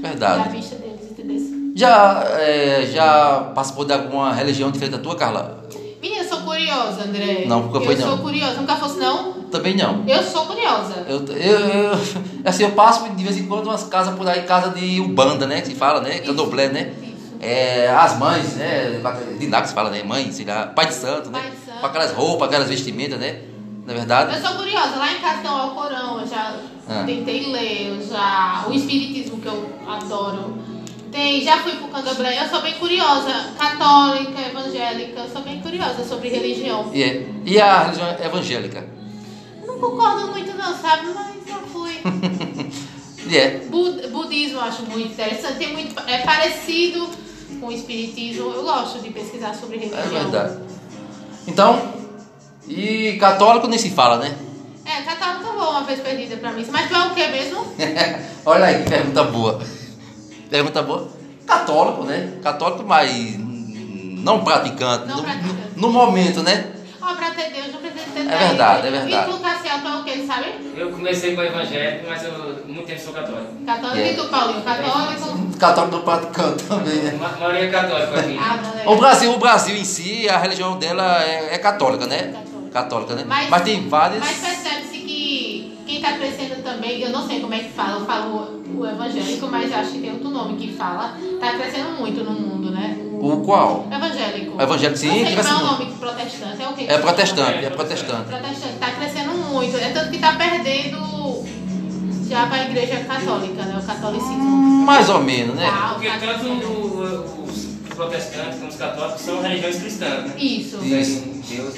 Speaker 2: Da
Speaker 1: Verdade.
Speaker 2: vista deles, entendeu?
Speaker 1: Já, é, já participou de alguma religião diferente da tua, Carla?
Speaker 2: Menina, eu sou curiosa, André.
Speaker 1: Não, nunca foi,
Speaker 2: eu
Speaker 1: não.
Speaker 2: sou curiosa. Nunca fosse, não?
Speaker 1: Também não.
Speaker 2: Eu sou curiosa.
Speaker 1: Eu, eu, eu- assim, eu passo de vez em quando umas casas por aí, casa de Umbanda, né? Que se fala, né? Candomblé, né?
Speaker 2: Isso.
Speaker 1: É, as mães, né? De lá que se fala, né? Mãe, sei lá, pai de santo, né?
Speaker 2: Pai de santo.
Speaker 1: Com aquelas roupas, aquelas vestimentas, né? Na verdade.
Speaker 2: Eu sou curiosa, lá em casa tem o Alcorão, eu já
Speaker 1: Ah.
Speaker 2: tentei ler, eu já. O Espiritismo que eu adoro. Tem, já fui pro candomblé, eu sou bem curiosa, católica, evangélica, eu sou bem curiosa sobre religião.
Speaker 1: E, é- e a religião evangélica?
Speaker 2: Não concordo muito não, sabe? Mas eu fui.
Speaker 1: E é.
Speaker 2: Bud- budismo eu acho muito interessante, tem muito, é parecido com o espiritismo, eu gosto de pesquisar sobre
Speaker 1: É
Speaker 2: religião.
Speaker 1: verdade. Então, e católico nem se fala, né?
Speaker 2: É, católica eu vou uma vez perdida pra mim, mas tu é o que mesmo?
Speaker 1: Olha aí, que pergunta boa. Pergunta boa. Católico, né? Católico, mas hum, não praticante.
Speaker 2: Não
Speaker 1: no,
Speaker 2: praticante.
Speaker 1: no- no momento, né?
Speaker 2: Ó, pra ter Deus, não precisa ter
Speaker 1: É verdade, é verdade.
Speaker 2: E tu, Cassiel, tu é o que, ele sabe?
Speaker 3: Eu comecei com o evangélico, mas eu muito tempo sou católico.
Speaker 2: Católico e tu, Paulinho? Católico?
Speaker 1: Católico não praticante também, né?
Speaker 3: Ma maioria é católico aqui.
Speaker 2: Ah,
Speaker 1: O
Speaker 2: galera.
Speaker 1: Brasil, o Brasil em si, a religião dela é, é católica, né?
Speaker 2: Católica.
Speaker 1: Católica, né? Mas,
Speaker 2: Mas-
Speaker 1: tem várias.
Speaker 2: Mas percebe-se que quem tá crescendo também, eu não sei como é que fala, eu falo o evangélico, mas acho que tem outro nome que fala. Tá crescendo muito no mundo, né?
Speaker 1: O qual?
Speaker 2: Evangélico.
Speaker 1: O evangélico, sim,
Speaker 2: Não sei
Speaker 1: cresce
Speaker 2: qual é o
Speaker 1: muito.
Speaker 2: nome que protestante, é o quê?
Speaker 1: É protestante, é
Speaker 3: É,
Speaker 1: protestante.
Speaker 2: Protestante, tá crescendo muito. É tanto que tá perdendo já pra igreja católica, né? O catolicismo.
Speaker 1: Mais ou menos, né?
Speaker 2: Tá, o
Speaker 3: Porque tanto
Speaker 2: catolicismo.
Speaker 3: o- os protestantes como os católicos são religiões cristãs, né?
Speaker 2: Isso.
Speaker 1: Isso.
Speaker 3: Em Deus.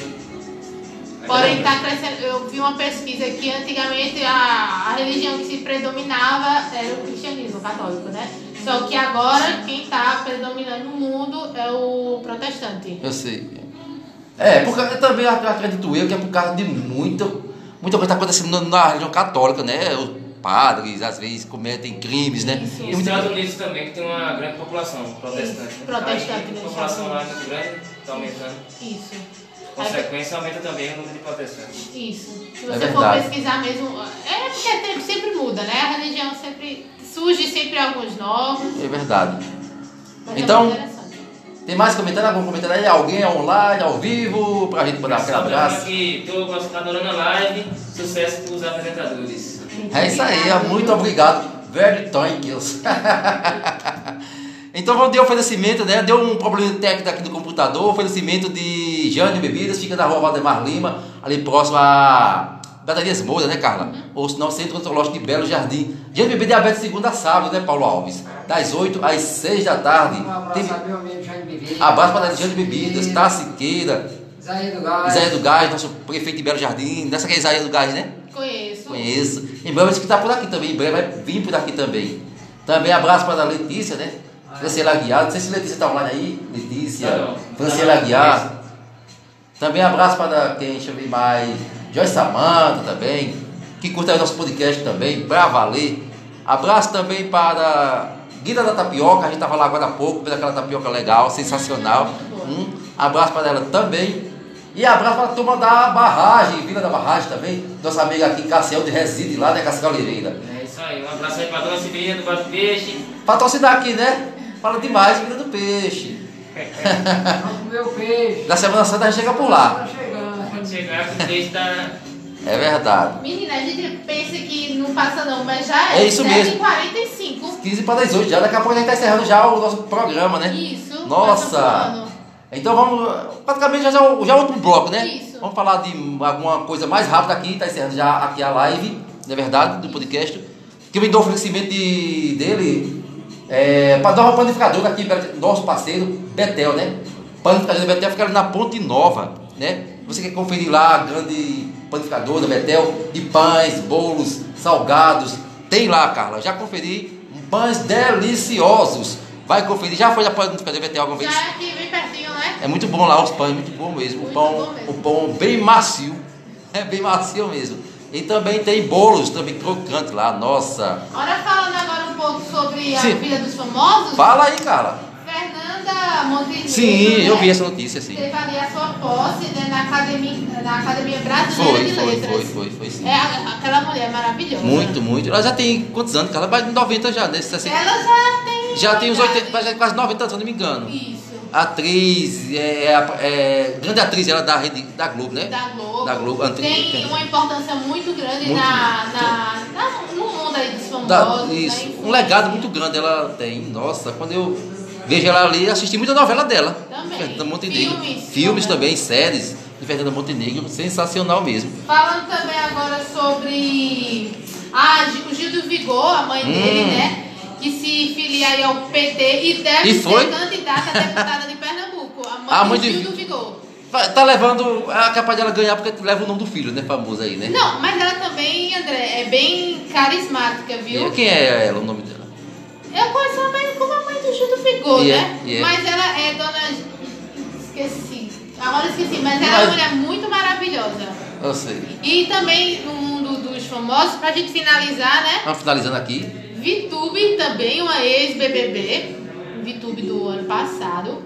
Speaker 2: Porém, tá crescendo. Eu vi uma pesquisa que antigamente a, a religião que se predominava era o cristianismo católico, né? Só que agora quem tá predominando no mundo é o protestante.
Speaker 1: Eu sei. É, porque eu também ac- acredito eu que é por causa de muita, muita coisa que está acontecendo na- na religião católica, né? Os padres às vezes cometem crimes, né?
Speaker 2: Isso.
Speaker 1: E
Speaker 3: E os
Speaker 1: muita-
Speaker 3: Estados Unidos também, que tem uma grande população protestante. né?
Speaker 2: Protestante,
Speaker 3: Aí,
Speaker 2: né?
Speaker 3: A população lá é muito grande, está aumentando.
Speaker 2: Isso. Aí-
Speaker 3: Consequência, aumenta também o número de protestantes.
Speaker 2: Isso. Se
Speaker 1: É
Speaker 2: você for
Speaker 1: verdade.
Speaker 2: pesquisar mesmo. É porque tem- sempre muda, né? A religião sempre. Surge sempre alguns novos.
Speaker 1: É verdade.
Speaker 2: Mas
Speaker 1: Então-
Speaker 2: é muito interessante.
Speaker 1: Tem mais comentário? Algum comentário aí? Alguém online, ao vivo, pra gente mandar aquele
Speaker 3: Pessoal,
Speaker 1: abraço.
Speaker 3: que estou adorando a live. Sucesso para os apresentadores.
Speaker 1: É isso aí, é muito obrigado. Very thank you. então vamos ter oferecimento, né? Deu um problema técnico aqui no computador, oferecimento de Jane Bebidas, fica na rua Valdemar Lima, ali próximo à Baterias Moura, né, Carla?
Speaker 4: Uhum.
Speaker 1: Ou se não, Centro Antológico de Belo Jardim. Jane Bebida é aberta de segunda a sábado, né, Paulo Alves? Das 8 às 6 da tarde.
Speaker 4: Um
Speaker 1: Tem...
Speaker 4: abraço a meu amigo Jaime Bebidas.
Speaker 1: Abraço para a Jane Bebidas,
Speaker 4: tá?
Speaker 1: Tassiqueira,
Speaker 4: Isaías do Gás.
Speaker 1: Isaías do Gás, nosso prefeito de Belo Jardim. Nessa que é Isaías do Gás, né?
Speaker 2: Conheço.
Speaker 1: Conheço. Em breve disse que está por aqui também. Em breve vai vir por aqui também. Também abraço para a Letícia, né?
Speaker 4: Ah.
Speaker 1: Franciela Aguiar. Não sei se Letícia está online aí. Letícia.
Speaker 3: Tá, não.
Speaker 1: Franciela
Speaker 3: Tá, não,
Speaker 1: Aguiar.
Speaker 3: conheço.
Speaker 1: Também abraço para quem chamei mais. Joyce Samanta também. Que curta aí o nosso podcast também. Pra valer. Abraço também para Guida da Tapioca. A gente estava lá agora há pouco. Pela aquela tapioca legal, sensacional. Um abraço para ela também. E abraço para a turma da barragem, Vila da Barragem também. Nossa amiga aqui, Cassiel, de reside lá, né, Cassiel Oliveira.
Speaker 3: É isso aí, um abraço aí pra dona Sibirina do Baixo Peixe.
Speaker 1: Patrocinar aqui, né? Fala demais, Vila do Peixe.
Speaker 4: Vamos comer o peixe.
Speaker 1: Na Semana Santa a gente chega por lá.
Speaker 4: Tá chegando.
Speaker 3: Quando chegar, o peixe tá.
Speaker 1: É verdade.
Speaker 2: Menina, a gente pensa que não passa não, mas já
Speaker 1: É isso mesmo.
Speaker 2: 45.
Speaker 1: 15 para 18 já. Daqui a pouco a gente está encerrando já o nosso programa, né?
Speaker 2: Isso.
Speaker 1: Nossa! Então vamos. Praticamente já, já, o- já é o último bloco, né?
Speaker 2: Isso.
Speaker 1: Vamos falar de alguma coisa mais rápida aqui, tá encerrando já aqui a live, na verdade, do podcast. Que me deu oferecimento de, dele. É, para dar uma panificadora aqui, em Bel- nosso parceiro, Betel, né? Panificadora Betel fica ali na Ponte Nova, né? Você quer conferir lá a grande panificadora Betel de pães, bolos, salgados. Tem lá, Carla. Já conferi pães deliciosos. Vai conferir. Já foi na panificadora Betel alguma vez?
Speaker 2: Já é aqui bem pertinho, né?
Speaker 1: É muito bom lá os pães, muito bom mesmo. O
Speaker 2: Muito
Speaker 1: pão,
Speaker 2: bom mesmo.
Speaker 1: o pão bem macio, é bem macio mesmo. E também tem bolos também crocantes lá, nossa.
Speaker 2: Ora, falando agora um pouco sobre a
Speaker 1: Sim.
Speaker 2: vida dos famosos.
Speaker 1: Fala aí, cara.
Speaker 2: Fernanda da Montenegro.
Speaker 1: Sim,
Speaker 2: né?
Speaker 1: eu vi essa notícia, sim.
Speaker 2: Teve ali a sua posse né, na, academia, na Academia Brasileira
Speaker 1: Foi,
Speaker 2: de
Speaker 1: foi,
Speaker 2: Letras.
Speaker 1: foi, foi, foi sim.
Speaker 2: É, a- aquela mulher maravilhosa.
Speaker 1: Muito, muito. Ela já tem quantos anos, Carla? Mais de 90 já, né? 60.
Speaker 2: Ela já tem.
Speaker 1: Já tem uns
Speaker 2: idade.
Speaker 1: 80, quase- quase 90 anos, se eu não me engano.
Speaker 2: Isso.
Speaker 1: Atriz, é, é, a- é, grande atriz ela da rede da Globo, né?
Speaker 2: Da Globo.
Speaker 1: Da Globo, Antônio
Speaker 2: Tem
Speaker 1: Fernandes.
Speaker 2: uma importância muito grande
Speaker 1: Muito
Speaker 2: na,
Speaker 1: grande. um-
Speaker 2: na, na- no mundo aí dos famosos.
Speaker 1: Da-
Speaker 2: né?
Speaker 1: isso, um
Speaker 2: Influência.
Speaker 1: legado muito grande ela tem. Nossa, quando eu vejo ela ali, assisti muita novela dela.
Speaker 2: Também.
Speaker 1: Fernanda Montenegro.
Speaker 2: Filmes.
Speaker 1: também, séries de Fernanda Montenegro, sensacional mesmo.
Speaker 2: Falando também agora sobre ah, Gil- o Gil do Vigor, a mãe dele,
Speaker 1: Hum.
Speaker 2: né? Que se filia aí ao PT e deve
Speaker 1: E foi?
Speaker 2: ser candidata a deputada de Pernambuco. A mãe,
Speaker 1: A mãe
Speaker 2: do Gil
Speaker 1: de-
Speaker 2: do Vigor.
Speaker 1: Vai- Tá levando. É capaz dela ganhar porque leva o nome do filho, né? Famoso aí, né?
Speaker 2: Não, mas ela também, André, é bem carismática, viu?
Speaker 1: E Quem é ela, o nome dela?
Speaker 2: Eu conheço ela meio como a mãe do Gil do Vigor,
Speaker 1: E é,
Speaker 2: né?
Speaker 1: e é.
Speaker 2: Mas ela é dona. Esqueci. Agora esqueci, mas ela é
Speaker 1: Mas-
Speaker 2: uma mulher muito maravilhosa.
Speaker 1: Eu sei.
Speaker 2: E também no mundo dos famosos, pra gente finalizar, né?
Speaker 1: Vamos Tá finalizando aqui.
Speaker 2: Vitube também, uma ex-BBB, Vitube do ano passado.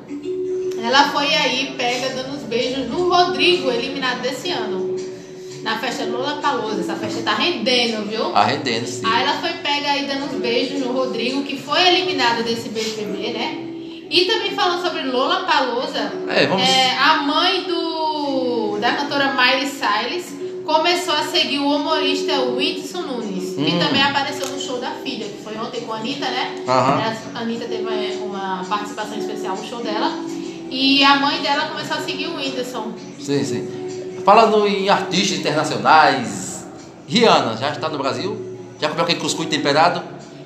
Speaker 2: Ela foi aí pega dando uns beijos no Rodrigo, eliminado desse ano. Na festa Lula Palosa, essa festa tá rendendo, viu?
Speaker 1: A Rendendo, sim.
Speaker 2: Aí ela foi pega aí dando uns beijos no Rodrigo, que foi eliminado desse BBB, né? E também falando sobre Lola Palosa,
Speaker 1: É, vamos-
Speaker 2: a mãe do da cantora Miley Cyrus começou a seguir o humorista Whitson Nunes, que
Speaker 1: Hum.
Speaker 2: também apareceu no show da filha, que foi ontem com a Anitta, né?
Speaker 1: Aham.
Speaker 2: Ela- A Anitta teve é, uma participação especial no show dela. E a mãe dela começou a seguir o Whindersson.
Speaker 1: Sim, sim. Falando em artistas internacionais, Rihanna já está no Brasil? Já comeu aquele cuscuz temperado?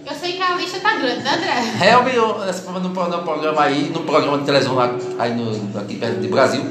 Speaker 2: Eu sei que a lista tá grande, né, André?
Speaker 1: Helme, no, pro- no programa aí, no programa de televisão lá, aí no, aqui perto de Brasil,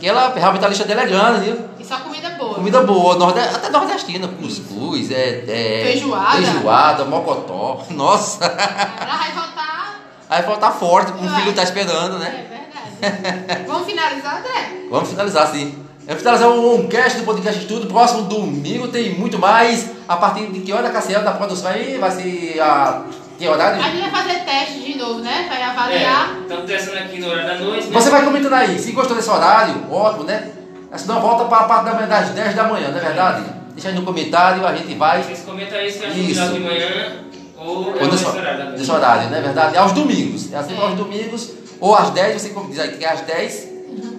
Speaker 1: que ela realmente a lista dela é grande, viu?
Speaker 2: E só comida boa.
Speaker 1: Comida boa, norde, até nordestina, cuscuz, é, é-
Speaker 2: Feijoada.
Speaker 1: feijoada, mocotó, nossa,
Speaker 2: Ela vai voltar
Speaker 1: aí falta forte, o
Speaker 2: Vai.
Speaker 1: filho tá esperando, né?
Speaker 2: É verdade. Vamos finalizar, André?
Speaker 1: Vamos finalizar sim. Vamos finalizar o Oncast do Podcast Tudo. Próximo domingo tem muito mais. A partir de que hora, Cassiano, da produção aí? Vai ser a. Que horário?
Speaker 2: A gente vai fazer teste de novo, né? Vai avaliar.
Speaker 3: É, estamos testando aqui no horário da noite, né?
Speaker 1: Você vai comentando aí. Se gostou desse horário, ótimo, né? Mas Se não, volta para a parte da manhã, das 10 da manhã, não é verdade? Deixa aí no comentário, a gente vai.
Speaker 3: Vocês comentam aí se vai
Speaker 1: Isso.
Speaker 3: mudar de manhã ou é
Speaker 1: Ou nesse,
Speaker 3: nesse horário da noite.
Speaker 1: nesse horário, não é verdade? Aos domingos. É assim
Speaker 2: É.
Speaker 1: aos domingos. Ou às 10, você diz aí que é às 10.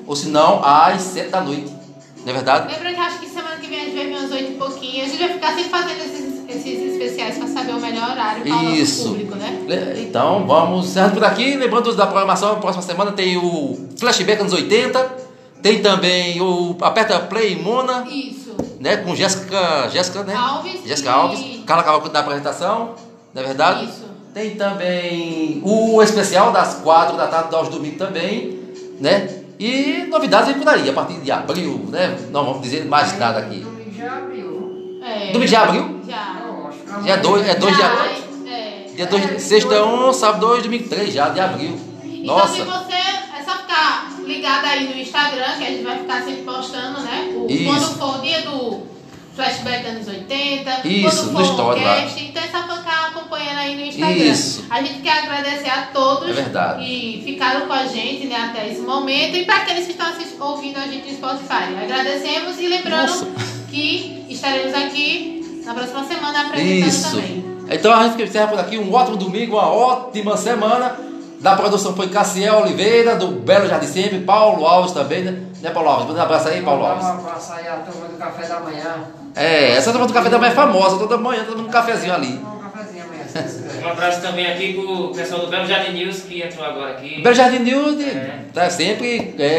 Speaker 1: Ou se não, às 7 da noite. Não é verdade?
Speaker 2: Lembra que acho que semana que vem a gente vai vir umas oito e pouquinho. A gente vai ficar sempre fazendo esses, esses especiais pra saber o melhor horário para o nosso
Speaker 1: Isso.
Speaker 2: público, né?
Speaker 1: Le- Então vamos encerrando por aqui. Lembrando da programação, próxima semana tem o Flashback anos 80, tem também o Aperta Play Mona,
Speaker 2: Isso.
Speaker 1: né? Com Jéssica. Jéssica, né?
Speaker 2: Alves
Speaker 1: Jéssica
Speaker 2: e-
Speaker 1: Alves. Carla Cavalcante da apresentação, não é verdade?
Speaker 2: Isso.
Speaker 1: Tem também o especial das 4 da tarde aos domingos também, né? E novidades vem por aí, a partir de abril, né? Não vamos dizer mais nada aqui.
Speaker 4: Domingo já abriu.
Speaker 2: É.
Speaker 1: Domingo de abril?
Speaker 2: Já.
Speaker 4: Eu acho que amanhã-
Speaker 1: Dia 2 é dois de
Speaker 2: Já,
Speaker 1: abril.
Speaker 2: É.
Speaker 1: Dia dois, sexta 1, um, sábado 2, domingo 3 já, de abril. Nossa.
Speaker 2: Então, se você. É só ficar ligado aí no Instagram, que a gente vai ficar sempre postando, né? O,
Speaker 1: Isso.
Speaker 2: Quando for o dia do flashback anos 80.
Speaker 1: Isso,
Speaker 2: quando
Speaker 1: no
Speaker 2: for
Speaker 1: story lá.
Speaker 2: podcast. Então, é só ficar acompanhando aí no Instagram.
Speaker 1: Isso.
Speaker 2: A gente quer agradecer a todos.
Speaker 1: É verdade.
Speaker 2: Que ficaram com a gente, né? Até esse momento. E para aqueles que estão assist- ouvindo a gente no Spotify. Agradecemos e lembrando
Speaker 1: Nossa.
Speaker 2: que estaremos aqui na próxima semana apresentando
Speaker 1: Isso.
Speaker 2: também.
Speaker 1: Então a gente encerra por aqui. Um ótimo domingo, uma ótima semana. Da produção foi Cassiel Oliveira, do Belo Jardim Sempre, Paulo Alves também, né? Né, Paulo Alves? Manda um abraço aí, Paulo
Speaker 4: Vamos
Speaker 1: Alves.
Speaker 4: lá pra sair a turma do café da manhã.
Speaker 1: É, essa turma do café da manhã é famosa, toda manhã, todo mundo um cafezinho ali.
Speaker 4: Vamos um cafezinho amanhã, se Deus quiser.
Speaker 3: Um abraço também aqui pro pessoal do Belo Jardim News que entrou agora aqui.
Speaker 1: Belo Jardim News
Speaker 3: É.
Speaker 1: tá sempre é,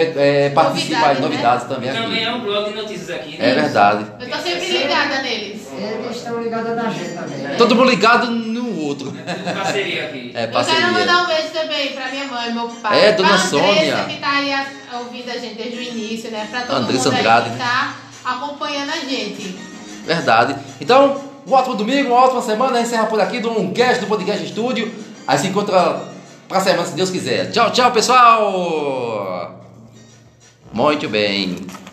Speaker 1: é, participa
Speaker 2: Novidades,
Speaker 1: de novidades também
Speaker 3: E também
Speaker 1: aqui.
Speaker 3: é um blog de notícias aqui, né?
Speaker 1: É verdade.
Speaker 2: Eu tô sempre ligada neles.
Speaker 4: Eles estão ligados na gente também.
Speaker 3: É.
Speaker 4: né?
Speaker 1: Todo mundo ligado no outro.
Speaker 3: Tudo Parceria aqui.
Speaker 1: É
Speaker 2: Eu quero
Speaker 1: parceria.
Speaker 2: mandar um beijo também pra minha mãe, meu pai.
Speaker 1: É, dona
Speaker 2: pra Andressa,
Speaker 1: Sônia.
Speaker 2: que tá aí a- ouvindo a gente desde o início, né? Pra todo
Speaker 1: Andressa
Speaker 2: mundo aí
Speaker 1: Andrade,
Speaker 2: que
Speaker 1: né?
Speaker 2: tá acompanhando a gente.
Speaker 1: Verdade. Então, um ótimo domingo, uma ótima semana. Encerra por aqui do Oncast do Podcast Estúdio. Aí se encontra pra semana, se Deus quiser. Tchau, tchau, pessoal! Muito bem.